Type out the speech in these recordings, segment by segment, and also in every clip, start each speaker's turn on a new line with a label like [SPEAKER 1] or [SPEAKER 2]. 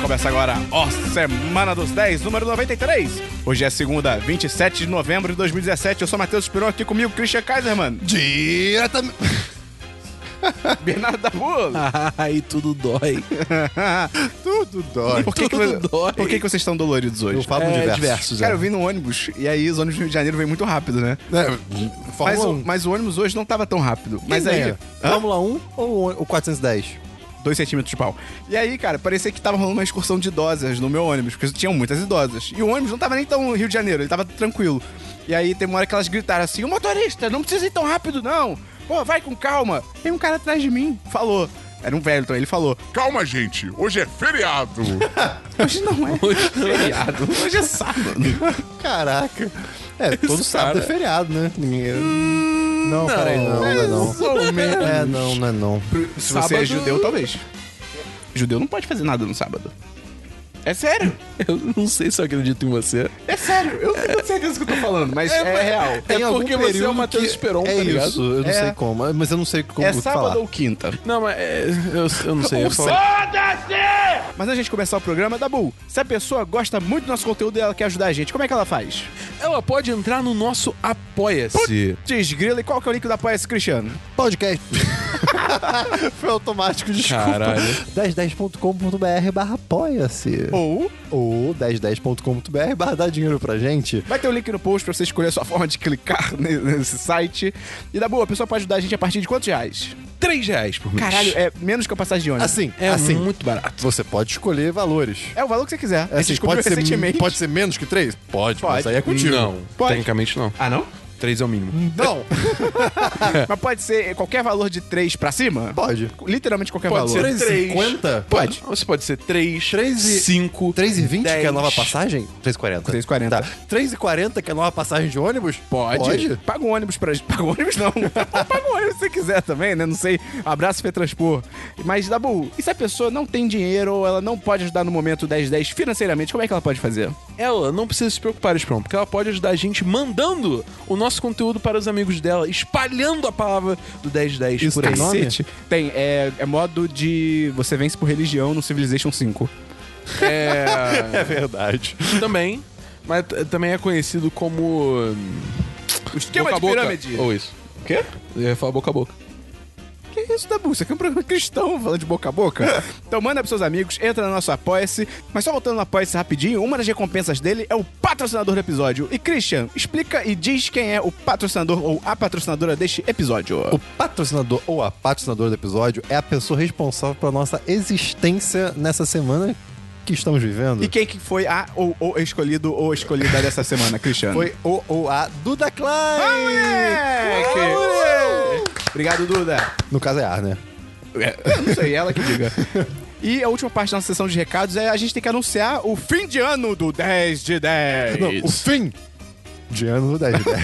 [SPEAKER 1] Começa agora, ó, Semana dos 10, número 93. Hoje é segunda, 27 de novembro de 2017. Eu sou Matheus Espiron, aqui comigo, Christian Kaiserman,
[SPEAKER 2] Diretamente.
[SPEAKER 1] Bernardo Dabu.
[SPEAKER 3] Ai, tudo dói.
[SPEAKER 2] Tudo dói.
[SPEAKER 1] Por que, que,
[SPEAKER 3] tudo dói.
[SPEAKER 1] por que, que vocês estão doloridos hoje?
[SPEAKER 2] Eu falo
[SPEAKER 3] É,
[SPEAKER 2] diversos.
[SPEAKER 3] diversos,
[SPEAKER 1] Cara, eu vim no ônibus e aí os ônibus do Rio de Janeiro vêm muito rápido, né?
[SPEAKER 2] É,
[SPEAKER 1] Mas
[SPEAKER 2] Fórmula
[SPEAKER 1] o,
[SPEAKER 2] 1.
[SPEAKER 1] mas o ônibus hoje não tava tão rápido. mas aí.
[SPEAKER 2] ganha? Fórmula 1 ou o 410?
[SPEAKER 1] 2 centímetros de pau. E aí, cara, parecia que tava rolando uma excursão de idosas no meu ônibus, porque tinham muitas idosas. E o ônibus não tava nem tão Rio de Janeiro, ele tava tranquilo. E aí tem uma hora que elas gritaram assim: o motorista, não precisa ir tão rápido, não! Pô, vai com calma! Tem um cara atrás de mim, falou. Era um velho, então ele falou:
[SPEAKER 4] Calma, gente, hoje é feriado.
[SPEAKER 1] Hoje não é feriado, hoje é sábado.
[SPEAKER 2] Caraca. É, todo
[SPEAKER 3] Esse
[SPEAKER 2] sábado é
[SPEAKER 3] cara- Hum,
[SPEAKER 2] feriado, né? Ninguém... não, peraí, não, não é não. É, não, não é não.
[SPEAKER 1] Se você é judeu, talvez. Judeu não pode fazer nada no sábado. É sério,
[SPEAKER 3] Eu não sei se eu acredito em você.
[SPEAKER 1] é sério. Eu não tenho certeza do que eu tô falando, mas é real.
[SPEAKER 3] é porque você é o
[SPEAKER 2] período
[SPEAKER 3] Matheus
[SPEAKER 2] que
[SPEAKER 3] Esperon,
[SPEAKER 2] É
[SPEAKER 3] tá ligado?
[SPEAKER 2] isso, eu não
[SPEAKER 1] É.
[SPEAKER 2] sei como. Mas eu não sei como
[SPEAKER 1] É
[SPEAKER 2] o que
[SPEAKER 1] sábado
[SPEAKER 2] falar.
[SPEAKER 1] ou quinta?
[SPEAKER 3] Não, mas é, eu, eu não sei.
[SPEAKER 1] Ou
[SPEAKER 3] eu falo-
[SPEAKER 1] Mas antes de começar o programa, Dabu, se a pessoa gosta muito do nosso conteúdo e ela quer ajudar a gente, como é que ela faz?
[SPEAKER 3] Ela pode entrar no nosso Apoia-se.
[SPEAKER 1] Desgrila, e qual que é o link do Apoia-se, Cristiano?
[SPEAKER 2] Podcast. Foi automático, desculpa.
[SPEAKER 3] Caralho.
[SPEAKER 2] 1010.com.br barra apoia-se.
[SPEAKER 3] Oh.
[SPEAKER 1] Ou
[SPEAKER 2] Ou 1010.com.br barra dá dinheiro pra gente.
[SPEAKER 1] vai ter o link no post pra você escolher a sua forma de clicar ne- nesse site. E, Dabu, a pessoa pode ajudar a gente a partir de quantos reais?
[SPEAKER 3] 3 reais por mês.
[SPEAKER 1] Caralho, é menos que a passagem de ônibus.
[SPEAKER 2] Assim,
[SPEAKER 3] É
[SPEAKER 2] assim.
[SPEAKER 3] muito barato.
[SPEAKER 2] Você pode escolher valores.
[SPEAKER 1] É o valor que você quiser. A gente
[SPEAKER 2] Assim,
[SPEAKER 1] descobriu
[SPEAKER 2] pode, ser,
[SPEAKER 1] recentemente.
[SPEAKER 2] pode ser menos que três? Pode,
[SPEAKER 1] Pode.
[SPEAKER 2] mas aí é contigo.
[SPEAKER 3] Não,
[SPEAKER 1] Pode.
[SPEAKER 3] tecnicamente não.
[SPEAKER 1] Ah, não?
[SPEAKER 3] 3 é o mínimo.
[SPEAKER 2] Não,
[SPEAKER 1] Mas pode ser qualquer valor de 3 pra cima?
[SPEAKER 2] pode.
[SPEAKER 1] Literalmente qualquer
[SPEAKER 3] Pode
[SPEAKER 1] valor.
[SPEAKER 3] ser. Três.
[SPEAKER 2] 50?
[SPEAKER 3] Pode. Você pode ser 3,
[SPEAKER 2] Três e-
[SPEAKER 3] 5,
[SPEAKER 2] 3 e 20, que é a nova
[SPEAKER 3] Dez.
[SPEAKER 2] passagem? 3 e 40.
[SPEAKER 1] 3 e 40.
[SPEAKER 2] Tá. 3 e 40, que é a nova passagem de ônibus?
[SPEAKER 1] Pode.
[SPEAKER 2] Pode.
[SPEAKER 1] Paga um ônibus pra gente. Paga um ônibus não. Paga um ônibus se quiser também, né? Não sei. Abraço Fetranspor. Mas, Dabu, e se a pessoa não tem dinheiro ou ela não pode ajudar no momento 1010 financeiramente, como é que ela pode fazer?
[SPEAKER 3] ela não precisa se preocupar, Esperon, porque ela pode ajudar a gente mandando o nosso conteúdo para os amigos dela, espalhando a palavra do 1010
[SPEAKER 2] Isso
[SPEAKER 3] por aí.
[SPEAKER 2] tem nome?
[SPEAKER 1] Cacete. Tem. É, é modo de... Você vence por religião no Civilization 5.
[SPEAKER 3] É,
[SPEAKER 2] É verdade.
[SPEAKER 3] também, mas t- também é conhecido como... hum,
[SPEAKER 1] O esquema
[SPEAKER 3] boca a
[SPEAKER 1] de
[SPEAKER 3] boca.
[SPEAKER 1] pirâmide.
[SPEAKER 3] Ou isso.
[SPEAKER 1] O quê?
[SPEAKER 3] Eu ia falar boca a boca.
[SPEAKER 1] Que isso, Dabu? Isso aqui é um programa cristão, falando de boca a
[SPEAKER 2] É.
[SPEAKER 1] boca. então manda pros seus amigos, entra no nosso Apoia-se. Mas só voltando no Apoia-se rapidinho, uma das recompensas dele é o patrocinador do episódio. E Christian, explica e diz quem é o patrocinador ou a patrocinadora deste episódio.
[SPEAKER 2] O patrocinador ou a patrocinadora do episódio é a pessoa responsável pela nossa existência nessa semana que estamos vivendo.
[SPEAKER 1] E quem que foi a ou, ou escolhido ou escolhida dessa semana, Christian?
[SPEAKER 2] foi o ou a Duda Klein!
[SPEAKER 1] Ah, moleque! Obrigado, Duda.
[SPEAKER 2] No caso é a, né?
[SPEAKER 1] É, eu não sei, ela que diga. E a última parte da nossa sessão de recados é a gente tem que anunciar o fim de ano do 10 de 10.
[SPEAKER 2] Não, o fim de ano do 10 de 10.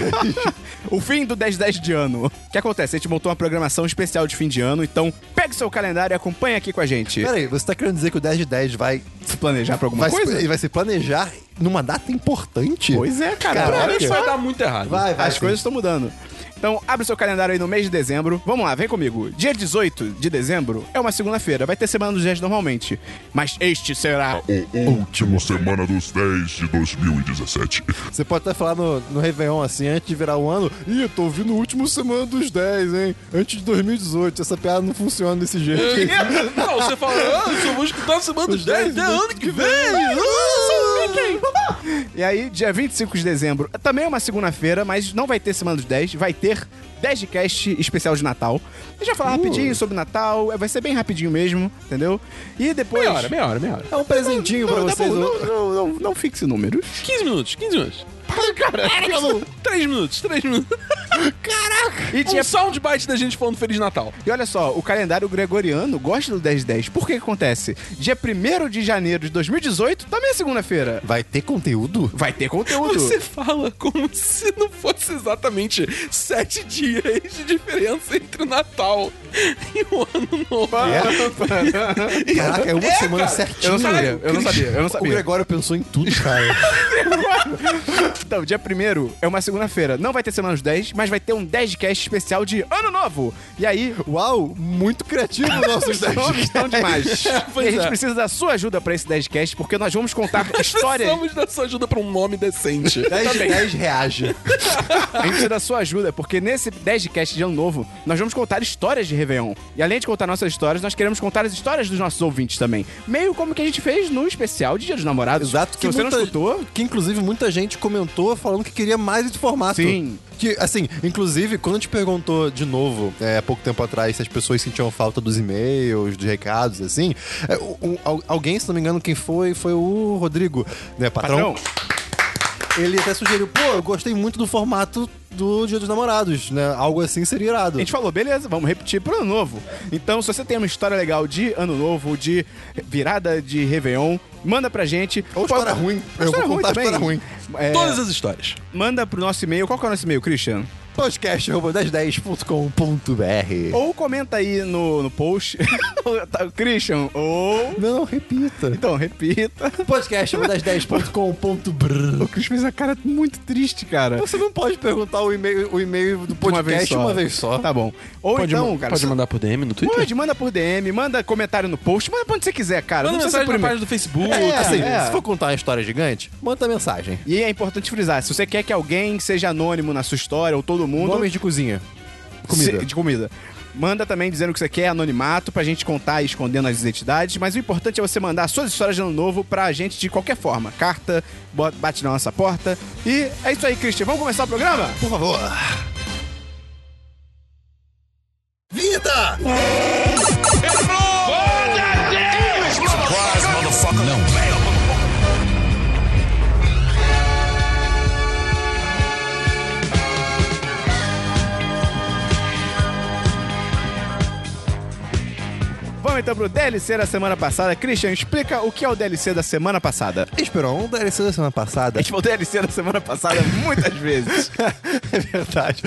[SPEAKER 1] O fim do 1010 de ano. O que acontece? A gente montou uma programação especial de fim de ano, então pegue seu calendário e acompanhe aqui com a gente.
[SPEAKER 2] Peraí, você tá querendo dizer que o 10 de 10 vai
[SPEAKER 1] Se planejar pra alguma
[SPEAKER 2] vai
[SPEAKER 1] coisa?
[SPEAKER 2] Se, vai se planejar numa data importante.
[SPEAKER 1] Pois é, cara.
[SPEAKER 2] Caraca.
[SPEAKER 3] Pra
[SPEAKER 1] Olha
[SPEAKER 3] mim isso
[SPEAKER 1] só.
[SPEAKER 3] vai dar muito errado.
[SPEAKER 2] Vai, vai.
[SPEAKER 1] As
[SPEAKER 2] sim.
[SPEAKER 1] coisas estão mudando. Então, abre seu calendário aí no mês de dezembro. Vamos lá, vem comigo. Dia 18 de dezembro é uma segunda-feira. Vai ter semana dos 10 normalmente. Mas este será.
[SPEAKER 4] o último semana dos 10 de 2017.
[SPEAKER 2] Você pode até falar no, no Réveillon, assim, antes de virar o ano. Ih, eu tô ouvindo o último semana dos 10, hein? Antes de 2018. Essa piada não funciona desse jeito.
[SPEAKER 3] Não, você fala, ah, eu só vou escutar semana dos
[SPEAKER 2] Os
[SPEAKER 3] 10
[SPEAKER 2] 10
[SPEAKER 3] até ano que vem.
[SPEAKER 1] E aí, dia 25 de dezembro também é uma segunda-feira, mas não vai ter semana dos 10. Vai ter 10 de cast especial de Natal. A gente vai falar rapidinho sobre Natal. é, Vai ser bem rapidinho mesmo, entendeu? E depois.
[SPEAKER 3] Meia hora, meia hora, meia hora.
[SPEAKER 2] É um presentinho pra
[SPEAKER 1] Não, tá
[SPEAKER 2] vocês. né?
[SPEAKER 1] bom, não, não, não, não fixe números.
[SPEAKER 3] 15 minutos, 15 minutos. Caraca, 3 minutos, 3 minutos. Caraca! E tinha um soundbite da gente falando Feliz Natal.
[SPEAKER 1] E olha só, o calendário gregoriano gosta do 10-10. Por que que acontece? Dia 1 de janeiro de 2018, também é segunda-feira.
[SPEAKER 2] Vai ter conteúdo?
[SPEAKER 1] Vai ter conteúdo.
[SPEAKER 3] Você fala como se não fosse exatamente sete dias de diferença entre o Natal e o Ano Novo.
[SPEAKER 2] Caraca, é uma semana
[SPEAKER 3] cara.
[SPEAKER 2] certinha.
[SPEAKER 1] Eu não sabia,
[SPEAKER 3] Caralho,
[SPEAKER 1] eu não sabia, eu não
[SPEAKER 2] O
[SPEAKER 1] sabia.
[SPEAKER 2] Gregório pensou em tudo, cara.
[SPEAKER 1] Então, dia 1 é uma segunda-feira. Não vai ter semana dos 10, mas mas vai ter um 10cast especial de Ano Novo. E aí,
[SPEAKER 2] Uau, muito criativo nossos
[SPEAKER 1] os nomes
[SPEAKER 2] 10
[SPEAKER 1] estão demais. e
[SPEAKER 3] Pois
[SPEAKER 1] a gente
[SPEAKER 3] é.
[SPEAKER 1] precisa da sua ajuda pra esse 10cast, porque nós vamos contar histórias.
[SPEAKER 3] Precisamos da sua ajuda pra um nome decente. Tá
[SPEAKER 2] 10 de 10 reage.
[SPEAKER 1] A gente precisa da sua ajuda, porque nesse 10cast de Ano Novo, nós vamos contar histórias de Réveillon. E além de contar nossas histórias, nós queremos contar as histórias dos nossos ouvintes também. Meio como que a gente fez no especial de Dia dos Namorados.
[SPEAKER 2] Exato.
[SPEAKER 1] Se você não escutou,
[SPEAKER 2] Que inclusive muita gente comentou falando que queria mais esse formato.
[SPEAKER 1] Sim.
[SPEAKER 2] Que, assim, inclusive, quando a gente perguntou de novo, é, há pouco tempo atrás, se as pessoas sentiam falta dos e-mails, dos recados, assim, é, o- o- al- alguém, se não me engano, quem foi, foi o Rodrigo, né, patrão?
[SPEAKER 1] patrão,
[SPEAKER 2] Ele até sugeriu, pô, eu gostei muito do formato do Dia dos Namorados, né? Algo assim seria irado.
[SPEAKER 1] a gente falou, beleza, vamos repetir pro Ano Novo. Então, se você tem uma história legal de Ano Novo, de virada de Réveillon, manda pra gente.
[SPEAKER 2] Ou história
[SPEAKER 1] Qual-
[SPEAKER 2] ruim.
[SPEAKER 1] Ou
[SPEAKER 2] Eu
[SPEAKER 1] história
[SPEAKER 2] vou
[SPEAKER 1] ruim
[SPEAKER 2] contar
[SPEAKER 1] também.
[SPEAKER 2] história ruim.
[SPEAKER 1] É,
[SPEAKER 3] Todas as histórias.
[SPEAKER 1] Manda pro nosso e-mail. Qual que é o nosso e-mail, Christian?
[SPEAKER 2] podcast.1010.com.br
[SPEAKER 1] Ou comenta aí no, no post. Tá, Christian, ou...
[SPEAKER 2] Não, repita.
[SPEAKER 1] Então, repita.
[SPEAKER 2] podcast.1010.com.br
[SPEAKER 1] O Chris fez uma cara muito triste, cara.
[SPEAKER 2] Então Você não pode perguntar o e-mail, o e-mail do podcast uma vez só.
[SPEAKER 1] Tá bom. Ou então, cara.
[SPEAKER 3] pode
[SPEAKER 1] só-
[SPEAKER 3] mandar por DM no Twitter?
[SPEAKER 1] Pode, manda por DM, manda comentário no post, manda pra onde você quiser, cara.
[SPEAKER 3] Manda
[SPEAKER 1] não precisa ser
[SPEAKER 3] mensagem
[SPEAKER 1] por
[SPEAKER 3] na
[SPEAKER 1] e-mail.
[SPEAKER 3] página do Facebook.
[SPEAKER 2] É, assim,
[SPEAKER 1] é.
[SPEAKER 2] se for contar uma história gigante, manda mensagem.
[SPEAKER 1] E é importante frisar, se você quer que alguém seja anônimo na sua história, ou todo mundo...
[SPEAKER 2] Nomes de cozinha.
[SPEAKER 1] se- de comida. Manda também dizendo que você quer anonimato pra gente contar e escondendo as identidades, mas o importante é você mandar suas histórias de ano novo pra gente de qualquer forma. Carta, bo- bate na nossa porta. E é isso aí, Christian. Vamos começar o programa?
[SPEAKER 2] Por favor. Vinheta!
[SPEAKER 1] Vamos então pro DLC da semana passada. Christian, explica o que é o DLC da semana passada.
[SPEAKER 2] Esperou, um DLC da semana
[SPEAKER 1] A
[SPEAKER 2] passada.
[SPEAKER 1] gente falou DLC da semana passada muitas vezes.
[SPEAKER 2] é verdade.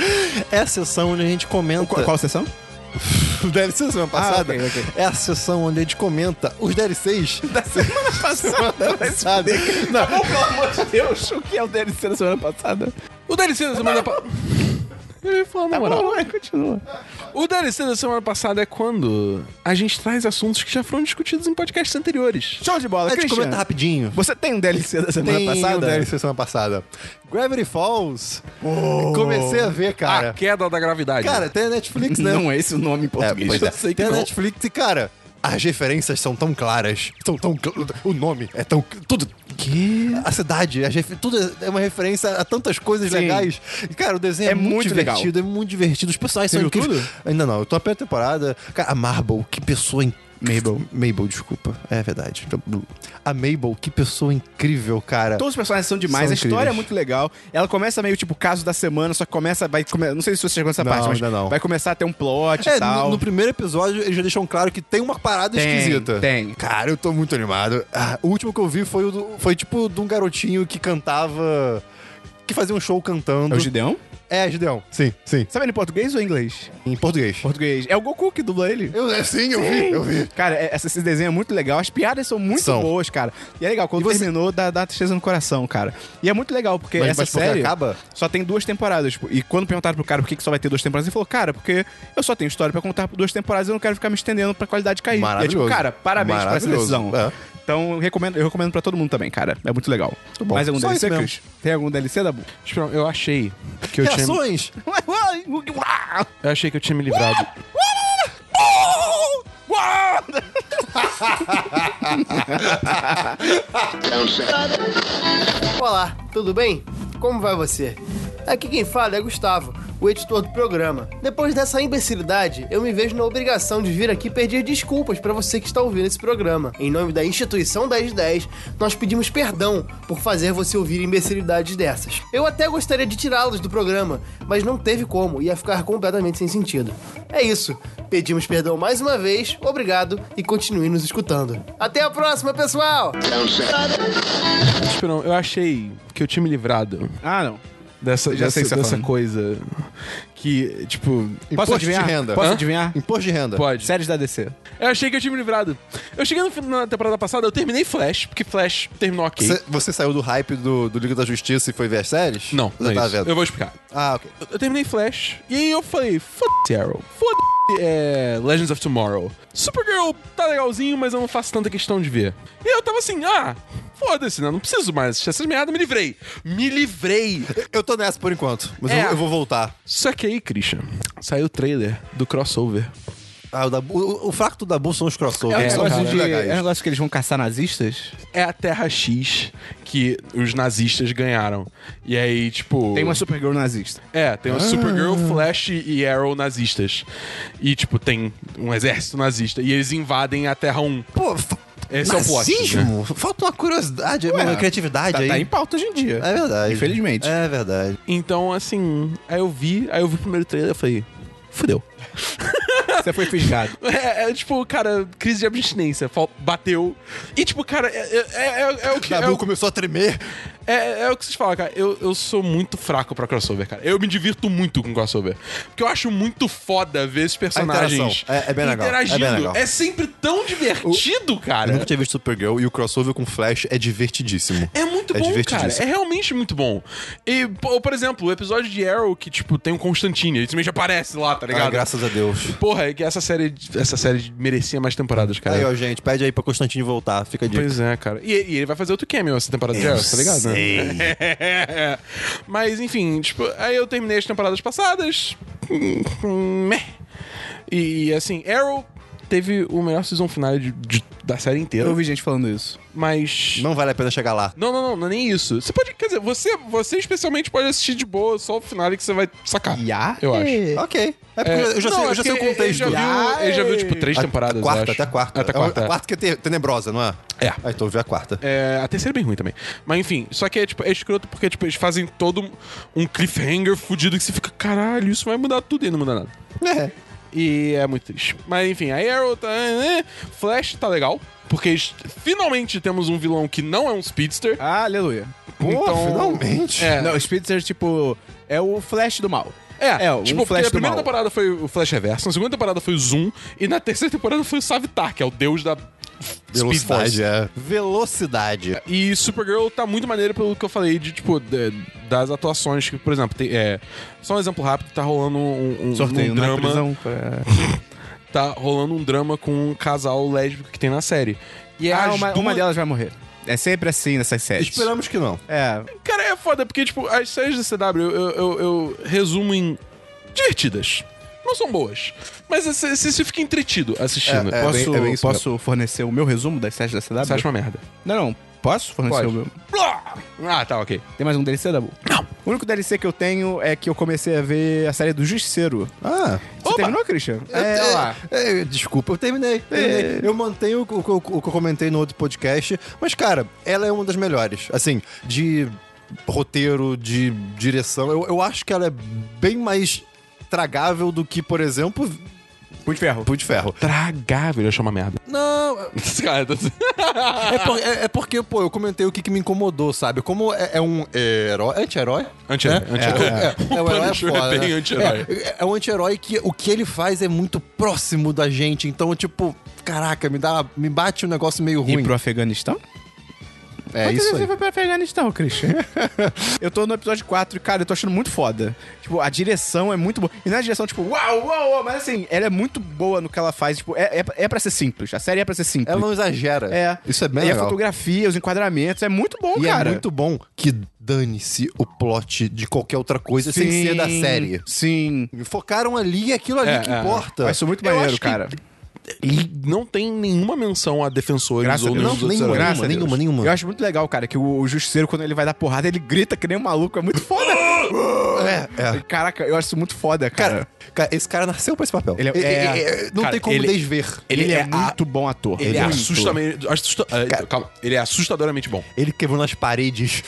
[SPEAKER 2] É a sessão onde a gente comenta...
[SPEAKER 1] Qual, qual sessão? Ah,
[SPEAKER 2] o DLC da semana passada?
[SPEAKER 1] ok, ok.
[SPEAKER 2] É a sessão onde a gente comenta os DLCs
[SPEAKER 1] Da semana passada. Mas,
[SPEAKER 2] Sabe?
[SPEAKER 1] Tá
[SPEAKER 2] Não,
[SPEAKER 1] pelo amor de Deus, o que é o DLC da semana passada?
[SPEAKER 3] O DLC da semana passada. Tá Eu ia falar na moral.
[SPEAKER 1] vai, continua.
[SPEAKER 3] O DLC da semana passada é quando a gente traz assuntos que já foram discutidos em podcasts anteriores.
[SPEAKER 1] Show de bola,
[SPEAKER 2] a gente
[SPEAKER 1] Christian.
[SPEAKER 2] comenta rapidinho.
[SPEAKER 1] Você tem um DLC da semana
[SPEAKER 2] Tem
[SPEAKER 1] passada?
[SPEAKER 2] um DLC semana passada. Gravity Falls. Comecei a ver, cara.
[SPEAKER 3] A queda da gravidade.
[SPEAKER 2] Cara, tem a Netflix, né?
[SPEAKER 1] Ah, Não é esse o nome em
[SPEAKER 2] é,
[SPEAKER 1] português.
[SPEAKER 2] pois é.
[SPEAKER 3] eu sei que
[SPEAKER 2] tem a
[SPEAKER 3] não.
[SPEAKER 2] Netflix e, cara, as referências são tão claras. São tão. cl- O nome é tão. Tudo.
[SPEAKER 1] Que?
[SPEAKER 2] A cidade, as ref- tudo é uma referência a tantas coisas
[SPEAKER 1] Sim.
[SPEAKER 2] legais. E, cara, o desenho é,
[SPEAKER 1] É
[SPEAKER 2] muito,
[SPEAKER 1] muito legal.
[SPEAKER 2] divertido, é muito divertido. Os personagens
[SPEAKER 1] Você
[SPEAKER 2] são
[SPEAKER 1] viu
[SPEAKER 2] incríveis. Ainda não, eu tô na primeira temporada. Cara, a Marble, que pessoa incrível.
[SPEAKER 1] Mabel.
[SPEAKER 2] Mabel, desculpa. É verdade. A Mabel, que pessoa incrível, cara.
[SPEAKER 1] Todos os personagens são demais,
[SPEAKER 2] São
[SPEAKER 1] a história é
[SPEAKER 2] incríveis.
[SPEAKER 1] muito legal. Ela começa meio tipo caso da semana, só que começa, vai come- não sei se você chegou nessa
[SPEAKER 2] Não,
[SPEAKER 1] parte, mas
[SPEAKER 2] ainda não.
[SPEAKER 1] vai começar a ter um plot
[SPEAKER 2] É,
[SPEAKER 1] e tal.
[SPEAKER 2] no, no primeiro episódio eles já deixam claro que tem uma parada
[SPEAKER 1] Tem,
[SPEAKER 2] esquisita.
[SPEAKER 1] tem.
[SPEAKER 2] Cara, eu tô muito animado. Ah, o último que eu vi foi, o do- foi tipo de um garotinho que cantava. que fazia um show cantando.
[SPEAKER 1] É o Gideão?
[SPEAKER 2] É, Gideão. Sim, sim.
[SPEAKER 1] Sabe ele em português ou em inglês?
[SPEAKER 2] Em português.
[SPEAKER 1] Português. É o Goku que dubla ele.
[SPEAKER 2] Eu, é, sim, eu vi, eu vi.
[SPEAKER 1] Cara, é- essa- esse desenho é muito legal. As piadas são muito
[SPEAKER 2] São.
[SPEAKER 1] boas, cara. E é legal, quando
[SPEAKER 2] E você-
[SPEAKER 1] terminou, dá, dá tristeza no coração, cara. E é muito legal, porque
[SPEAKER 2] Mas-
[SPEAKER 1] essa
[SPEAKER 2] mas por que
[SPEAKER 1] série
[SPEAKER 2] acaba?
[SPEAKER 1] só tem duas temporadas. tipo, e quando perguntaram pro cara por que, que só vai ter duas temporadas, ele falou, cara, porque eu só tenho história pra contar por duas temporadas e eu não quero ficar me estendendo pra qualidade cair. E é tipo,
[SPEAKER 2] Maravilhoso.
[SPEAKER 1] cara, parabéns pra essa
[SPEAKER 2] Maravilhoso.
[SPEAKER 1] decisão.
[SPEAKER 2] É.
[SPEAKER 1] Então, eu recomendo, eu recomendo pra todo mundo também, cara. É muito legal.
[SPEAKER 2] bom.
[SPEAKER 1] Mais algum
[SPEAKER 2] Só
[SPEAKER 1] DLC,
[SPEAKER 2] isso mesmo.
[SPEAKER 1] Cris? Tem algum DLC, Dabu?
[SPEAKER 3] Espera, eu achei que
[SPEAKER 1] É
[SPEAKER 3] eu tinha.
[SPEAKER 2] Reações!
[SPEAKER 3] Eu achei que eu tinha me livrado.
[SPEAKER 5] Olá, tudo bem? Como vai você? Aqui quem fala é Gustavo, o editor do programa. Depois dessa imbecilidade, eu me vejo na obrigação de vir aqui pedir desculpas pra você que está ouvindo esse programa. Em nome da instituição 1010, nós pedimos perdão por fazer você ouvir imbecilidades dessas. Eu até gostaria de tirá-los do programa, mas não teve como, ia ficar completamente sem sentido. É isso. Pedimos perdão mais uma vez, obrigado e continue nos escutando. Até a próxima, pessoal!
[SPEAKER 3] Esperão, eu achei que eu tinha me livrado
[SPEAKER 1] Ah, não.
[SPEAKER 3] dessa,
[SPEAKER 1] Eu já
[SPEAKER 3] dessa,
[SPEAKER 1] sei o que você tá
[SPEAKER 3] dessa
[SPEAKER 1] falando.
[SPEAKER 3] coisa. Que, tipo.
[SPEAKER 1] Posso
[SPEAKER 2] Imposto de
[SPEAKER 1] adivinhar?
[SPEAKER 2] renda.
[SPEAKER 1] Posso
[SPEAKER 2] Hã? É,
[SPEAKER 1] adivinhar?
[SPEAKER 2] Imposto de renda.
[SPEAKER 3] Pode.
[SPEAKER 1] Séries da É DC.
[SPEAKER 3] Eu achei que eu tinha me livrado. Eu cheguei no fin- na temporada passada, eu terminei Flash, porque Flash terminou ok.
[SPEAKER 2] Você, você saiu do hype do, do Liga da Justiça e foi ver as séries?
[SPEAKER 3] Não, não
[SPEAKER 2] Você
[SPEAKER 3] é
[SPEAKER 2] tá
[SPEAKER 3] isso.
[SPEAKER 2] vendo?
[SPEAKER 3] Eu vou explicar.
[SPEAKER 2] Ah, ok.
[SPEAKER 3] Eu terminei Flash, e aí eu falei, foda-se Arrow, foda-se é, Legends of Tomorrow. Supergirl tá legalzinho, mas eu não faço tanta questão de ver. E eu tava assim, ah, foda-se, né? Não preciso mais assistir essas merdas, me livrei. Me livrei.
[SPEAKER 2] Eu tô nessa por enquanto, mas
[SPEAKER 3] É.
[SPEAKER 2] eu, eu vou voltar.
[SPEAKER 3] Só que aí, Christian, saiu o trailer do crossover.
[SPEAKER 2] Ah, o, Dabu, o, o fraco do Dabu são os
[SPEAKER 1] É, um
[SPEAKER 2] crossovers. são
[SPEAKER 1] negócio
[SPEAKER 2] muito
[SPEAKER 1] de-
[SPEAKER 2] legais.
[SPEAKER 1] é um negócio que eles vão caçar nazistas?
[SPEAKER 3] É a Terra X que os nazistas ganharam. E aí, tipo...
[SPEAKER 1] Tem uma Supergirl nazista.
[SPEAKER 3] É, tem o Supergirl, Flash e Arrow nazistas. E, tipo, tem um exército nazista. E eles invadem a Terra 1.
[SPEAKER 2] Pô, fa-
[SPEAKER 3] Esse é o plot,
[SPEAKER 2] nazismo? Falta uma curiosidade, uma criatividade
[SPEAKER 1] Tá,
[SPEAKER 2] aí.
[SPEAKER 1] tá em pauta hoje em dia.
[SPEAKER 2] É verdade.
[SPEAKER 1] Infelizmente.
[SPEAKER 2] É verdade.
[SPEAKER 3] Então, assim, aí eu vi, aí eu vi o primeiro trailer e falei, fudeu.
[SPEAKER 1] Você foi fisgado.
[SPEAKER 3] É, é, tipo, cara, crise de abstinência, fal- bateu. E tipo, cara, é, é- é- é o que. É
[SPEAKER 2] Dabu
[SPEAKER 3] o,
[SPEAKER 2] começou a tremer.
[SPEAKER 3] é- é o que vocês falam, cara. Eu, eu sou muito fraco pra crossover, cara. Eu me divirto muito com crossover. Porque eu acho muito foda ver esses personagens
[SPEAKER 2] interação. É- é bem legal, é bem
[SPEAKER 3] interagindo.
[SPEAKER 2] legal.
[SPEAKER 3] sempre tão divertido,
[SPEAKER 2] Eu
[SPEAKER 3] cara.
[SPEAKER 2] nunca tinha visto Supergirl e o crossover com Flash é divertidíssimo.
[SPEAKER 3] É muito
[SPEAKER 2] É
[SPEAKER 3] bom, cara.
[SPEAKER 2] divertidíssimo.
[SPEAKER 3] É realmente muito bom. E, pô, por exemplo, o episódio de Arrow que, tipo, tem o Constantine, ele simplesmente aparece lá, tá ligado?
[SPEAKER 2] Ah, graças a Deus.
[SPEAKER 3] Porra, é que essa série, essa série merecia mais temporadas, cara.
[SPEAKER 2] Aí, ó, gente, pede aí pra Constantino voltar. Fica de
[SPEAKER 3] É. Pois é, cara. E, e ele vai fazer outro cameo essa temporada de Arrow, tá ligado? né? Mas, enfim, tipo, aí eu terminei as temporadas passadas. Hum, meh. E, assim, Arrow teve o melhor season final de- de- da série inteira.
[SPEAKER 1] Eu ouvi gente falando isso.
[SPEAKER 3] Mas.
[SPEAKER 2] Não vale a pena chegar lá.
[SPEAKER 3] Não, não, não, não é nem isso. Você pode, quer dizer, você, você especialmente pode assistir de boa só o final que você vai sacar.
[SPEAKER 1] Ya?
[SPEAKER 3] Eu acho.
[SPEAKER 2] Ok. É porque eu já,
[SPEAKER 3] Não,
[SPEAKER 2] sei, eu
[SPEAKER 3] é
[SPEAKER 2] já sei o
[SPEAKER 3] porque ele
[SPEAKER 2] contexto.
[SPEAKER 3] já viu- Ele já viu, tipo, três
[SPEAKER 2] A-
[SPEAKER 3] temporadas,
[SPEAKER 2] a
[SPEAKER 3] eu
[SPEAKER 2] quarta,
[SPEAKER 3] acho.
[SPEAKER 2] até a quarta.
[SPEAKER 3] Até a
[SPEAKER 2] É uma-
[SPEAKER 3] quarta, é.
[SPEAKER 2] A quarta que é te- tenebrosa, não é?
[SPEAKER 3] É.
[SPEAKER 2] Ah, então eu vi a quarta.
[SPEAKER 3] É, a terceira é bem ruim também. Mas enfim, só que é, tipo, é escroto porque tipo, eles fazem todo um cliffhanger fudido que você fica, caralho, isso vai mudar tudo e não muda nada.
[SPEAKER 2] É.
[SPEAKER 3] E é muito triste. Mas enfim, a Arrow tá. né? Flash tá legal. Porque est- finalmente temos um vilão que não é um speedster.
[SPEAKER 1] Aleluia.
[SPEAKER 2] Pô,
[SPEAKER 3] Então-
[SPEAKER 2] finalmente.
[SPEAKER 3] É.
[SPEAKER 1] Não, o Spitzer, tipo, é o Flash do mal.
[SPEAKER 3] É,
[SPEAKER 1] é, um
[SPEAKER 3] tipo, porque
[SPEAKER 1] Flash
[SPEAKER 3] a
[SPEAKER 1] do
[SPEAKER 3] primeira
[SPEAKER 1] mal.
[SPEAKER 3] temporada foi o Flash Reverso, na segunda temporada foi o Zoom, e na terceira temporada foi o Savitar, que é o deus da Speed Force.
[SPEAKER 2] Velocidade, é. Velocidade.
[SPEAKER 3] E Supergirl tá muito maneiro pelo que eu falei de, tipo, de- das atuações que, por exemplo, tem, é, só um exemplo rápido, tá rolando um, um-
[SPEAKER 1] Sorteio
[SPEAKER 2] né?
[SPEAKER 3] um
[SPEAKER 1] na
[SPEAKER 3] drama.
[SPEAKER 1] prisão.
[SPEAKER 3] Tá rolando um drama com um casal lésbico que tem na série. E é
[SPEAKER 1] Ah,
[SPEAKER 3] as
[SPEAKER 1] uma,
[SPEAKER 3] duas-
[SPEAKER 1] uma delas vai morrer. É sempre assim nessas séries.
[SPEAKER 2] Esperamos que não.
[SPEAKER 1] É,
[SPEAKER 3] Cara, é foda, porque, tipo, as séries da CW eu, eu, eu- eu resumo em divertidas. Não são boas. Mas você você- você fica entretido assistindo.
[SPEAKER 2] É
[SPEAKER 1] posso
[SPEAKER 2] bem- é bem isso
[SPEAKER 1] posso fornecer o meu resumo das séries da CW?
[SPEAKER 3] Você acha uma merda.
[SPEAKER 1] Não, não. Posso fornecer
[SPEAKER 3] Pode.
[SPEAKER 1] o meu?
[SPEAKER 3] Blá! Ah, tá, ok.
[SPEAKER 1] Tem mais um DLC, Dabu? Não. O único DLC que eu tenho é que eu comecei a ver a série do Justiceiro.
[SPEAKER 2] Ah.
[SPEAKER 1] Você terminou, Christian?
[SPEAKER 2] É,
[SPEAKER 1] olha lá.
[SPEAKER 2] é, é, desculpa, eu terminei. terminei. Eu mantenho o, que- o que eu- o que eu comentei no outro podcast, mas, cara, ela é uma das melhores. Assim, de roteiro, de direção, eu, eu acho que ela é bem mais tragável do que, por exemplo,
[SPEAKER 1] Punho de Ferro.
[SPEAKER 2] Punho de Ferro.
[SPEAKER 3] Tragável, eu achei uma merda.
[SPEAKER 2] Não,
[SPEAKER 3] Esse cara tá-
[SPEAKER 2] é, por- é- é porque, pô, eu comentei o que, que me incomodou, sabe? Como é, é um herói, anti-herói?
[SPEAKER 3] Anti-herói.
[SPEAKER 2] É,
[SPEAKER 3] anti-herói.
[SPEAKER 2] é, é, o herói é
[SPEAKER 3] Punisher é
[SPEAKER 2] foda,
[SPEAKER 3] bem
[SPEAKER 2] né?
[SPEAKER 3] anti-herói.
[SPEAKER 2] É, é um anti-herói que o que ele faz é muito próximo da gente. Então, tipo, caraca, me, dá, me bate um negócio meio
[SPEAKER 1] E
[SPEAKER 2] ruim.
[SPEAKER 1] pro Afeganistão?
[SPEAKER 2] É isso
[SPEAKER 1] você
[SPEAKER 2] aí.
[SPEAKER 1] foi pro Afeganistão, Christian? eu tô no episódio 4 e, cara, eu tô achando muito foda. Tipo, a direção é muito boa. E não é a direção, tipo, uau, uau, uau, mas assim, ela é muito boa no que ela faz. Tipo, é, é, é pra ser simples. A série é pra ser simples.
[SPEAKER 2] Ela não exagera.
[SPEAKER 1] É.
[SPEAKER 2] Isso é bem
[SPEAKER 1] E a
[SPEAKER 2] legal.
[SPEAKER 1] fotografia, os enquadramentos, é muito bom,
[SPEAKER 2] E
[SPEAKER 1] cara.
[SPEAKER 2] é muito bom que dane-se o plot de qualquer outra coisa sem
[SPEAKER 1] Sim,
[SPEAKER 2] ser da série.
[SPEAKER 1] Sim.
[SPEAKER 2] Focaram ali e aquilo ali
[SPEAKER 3] É,
[SPEAKER 2] que
[SPEAKER 3] é.
[SPEAKER 2] importa.
[SPEAKER 1] Mas isso é muito
[SPEAKER 3] Eu
[SPEAKER 1] maneiro,
[SPEAKER 3] acho que-
[SPEAKER 1] cara.
[SPEAKER 3] E não tem nenhuma menção a defensores
[SPEAKER 1] Graças a
[SPEAKER 3] ou
[SPEAKER 1] Deus.
[SPEAKER 3] não,
[SPEAKER 2] Não,
[SPEAKER 3] outros
[SPEAKER 2] nenhuma,
[SPEAKER 3] heróis.
[SPEAKER 1] Graças a Deus.
[SPEAKER 2] nenhuma, nenhuma.
[SPEAKER 1] Eu acho muito legal, cara, que o, o justiceiro, quando ele vai dar porrada, ele grita que nem um maluco. É muito foda.
[SPEAKER 2] É, é.
[SPEAKER 1] Caraca, eu acho isso muito foda, cara.
[SPEAKER 2] Cara, cara, esse cara nasceu pra esse papel.
[SPEAKER 1] Ele é- é.
[SPEAKER 2] não
[SPEAKER 3] É. Cara,
[SPEAKER 2] tem como
[SPEAKER 3] ele-
[SPEAKER 2] desver.
[SPEAKER 1] ele, é,
[SPEAKER 3] a-
[SPEAKER 1] muito bom ator.
[SPEAKER 3] Ele é
[SPEAKER 1] muito.
[SPEAKER 3] assustamente. Assusta, ah, calma. Ele é assustadoramente bom.
[SPEAKER 2] Ele quebrando as paredes.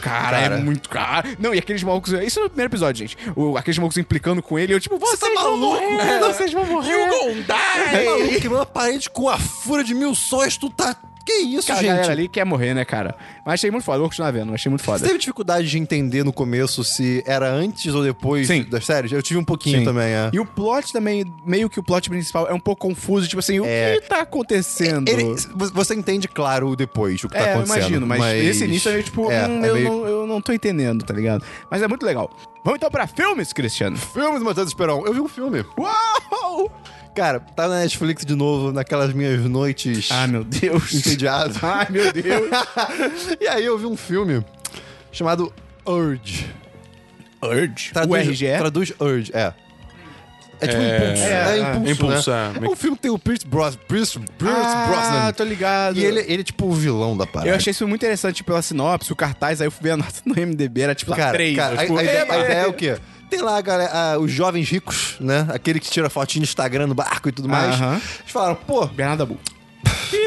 [SPEAKER 1] Cara,
[SPEAKER 2] Cara.
[SPEAKER 1] é muito cara. Não, e aqueles malucos. Isso é no primeiro episódio, gente. O, aqueles malucos implicando com ele, eu tipo, vocês
[SPEAKER 2] tá
[SPEAKER 1] vão
[SPEAKER 2] maluco?
[SPEAKER 1] É. morrer, vocês vão morrer.
[SPEAKER 3] You gonna die!
[SPEAKER 2] É maluco, quebrando a parede com a fúria de mil sóis, tu tá Que isso,
[SPEAKER 1] Cara, a
[SPEAKER 2] gente?
[SPEAKER 1] galera ali quer morrer, né, cara? Mas achei muito foda, vou continuar vendo, achei muito
[SPEAKER 2] Você
[SPEAKER 1] foda.
[SPEAKER 2] teve dificuldade de entender no começo se era antes ou depois
[SPEAKER 1] Sim.
[SPEAKER 2] das séries? Eu tive um pouquinho
[SPEAKER 1] Sim.
[SPEAKER 2] também, é.
[SPEAKER 1] E o plot também, meio que o plot principal é um pouco confuso, tipo assim, o
[SPEAKER 2] É.
[SPEAKER 1] que tá acontecendo?
[SPEAKER 2] Ele- você entende claro depois o que tá
[SPEAKER 1] é, eu
[SPEAKER 2] acontecendo.
[SPEAKER 1] imagino, mas, esse início é meio tipo,
[SPEAKER 2] é,
[SPEAKER 1] hum,
[SPEAKER 2] é
[SPEAKER 1] eu,
[SPEAKER 2] meio-
[SPEAKER 1] não, eu não tô entendendo, tá ligado? Mas é muito legal. Vamos então pra filmes, Cristiano.
[SPEAKER 2] Filmes, Matheus Esperão. Eu vi um filme.
[SPEAKER 1] Uau!
[SPEAKER 2] Cara, tá na Netflix de novo, naquelas minhas noites
[SPEAKER 1] Ah, meu Deus.
[SPEAKER 2] entediado.
[SPEAKER 1] Ai, meu Deus.
[SPEAKER 2] e aí eu vi um filme chamado Urge.
[SPEAKER 3] Tá.
[SPEAKER 1] Urge?
[SPEAKER 2] Traduz,
[SPEAKER 1] o RGE?
[SPEAKER 2] Traduz Urge, é. É tipo impulso.
[SPEAKER 1] é,
[SPEAKER 2] É, impulso,
[SPEAKER 3] impulso,
[SPEAKER 2] né?
[SPEAKER 3] é.
[SPEAKER 2] É um filme que tem o Pierce, Bros, Pierce, Pierce
[SPEAKER 1] ah,
[SPEAKER 2] Brosnan.
[SPEAKER 1] tô ligado.
[SPEAKER 2] E ele, ele é tipo o vilão da parada.
[SPEAKER 1] Eu achei isso muito interessante pela sinopse, o cartaz, aí eu fui ver a nota no MDB, era tipo lá,
[SPEAKER 2] Cara,
[SPEAKER 1] três.
[SPEAKER 2] cara,
[SPEAKER 1] eu,
[SPEAKER 2] a-
[SPEAKER 1] tipo,
[SPEAKER 2] a, ideia,
[SPEAKER 1] "Eba!"
[SPEAKER 2] a ideia é o quê? Tem lá a galera, a- os jovens ricos, né? Aquele que tira fotinho no Instagram no barco e tudo mais.
[SPEAKER 1] Aham.
[SPEAKER 2] Eles falaram, pô...
[SPEAKER 1] Bernardo Abu.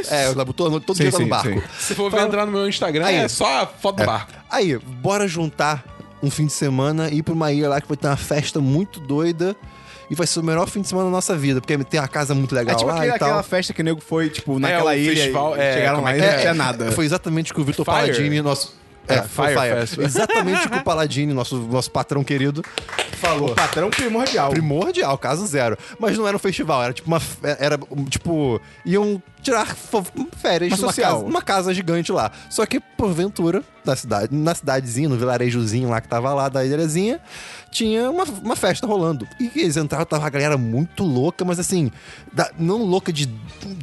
[SPEAKER 2] É, eu todo, todo
[SPEAKER 1] Sim,
[SPEAKER 2] dia tá no
[SPEAKER 1] sim,
[SPEAKER 2] barco.
[SPEAKER 1] sim.
[SPEAKER 3] Se for ver entrar no meu Instagram,
[SPEAKER 2] Aí.
[SPEAKER 3] é só a foto do barco.
[SPEAKER 2] Aí, bora juntar um fim de semana e ir pra uma ilha lá que vai ter uma festa muito doida e vai ser o melhor fim de semana da nossa vida, porque tem uma casa muito legal
[SPEAKER 1] É tipo
[SPEAKER 2] lá
[SPEAKER 1] aquele-
[SPEAKER 2] e tal.
[SPEAKER 1] aquela festa que o nego foi, tipo, naquela
[SPEAKER 3] o
[SPEAKER 1] ilha. e
[SPEAKER 3] festival, é,
[SPEAKER 1] chegaram
[SPEAKER 3] como
[SPEAKER 1] lá
[SPEAKER 3] é
[SPEAKER 1] e
[SPEAKER 3] que
[SPEAKER 1] não
[SPEAKER 3] é?
[SPEAKER 1] tinha nada.
[SPEAKER 2] Foi exatamente o que o Vitor
[SPEAKER 3] Fire.
[SPEAKER 2] Paladini, nosso. É, foi
[SPEAKER 3] Fire
[SPEAKER 2] Fire.
[SPEAKER 3] Festival.
[SPEAKER 2] Exatamente o que o Paladini, nosso, nosso patrão querido, falou.
[SPEAKER 1] Patrão primordial.
[SPEAKER 2] Primordial, caso zero. Mas não era um festival, era tipo uma. f- Era um, tipo. Iam tirar fo- férias
[SPEAKER 1] Uma
[SPEAKER 2] numa
[SPEAKER 1] social.
[SPEAKER 2] casa, uma casa gigante lá. Só que, porventura, na cidade, na cidadezinha, no vilarejozinho lá que tava lá, da ilhazinha, tinha uma, uma festa rolando. E eles entraram, tava a galera muito louca, mas assim, da- não louca de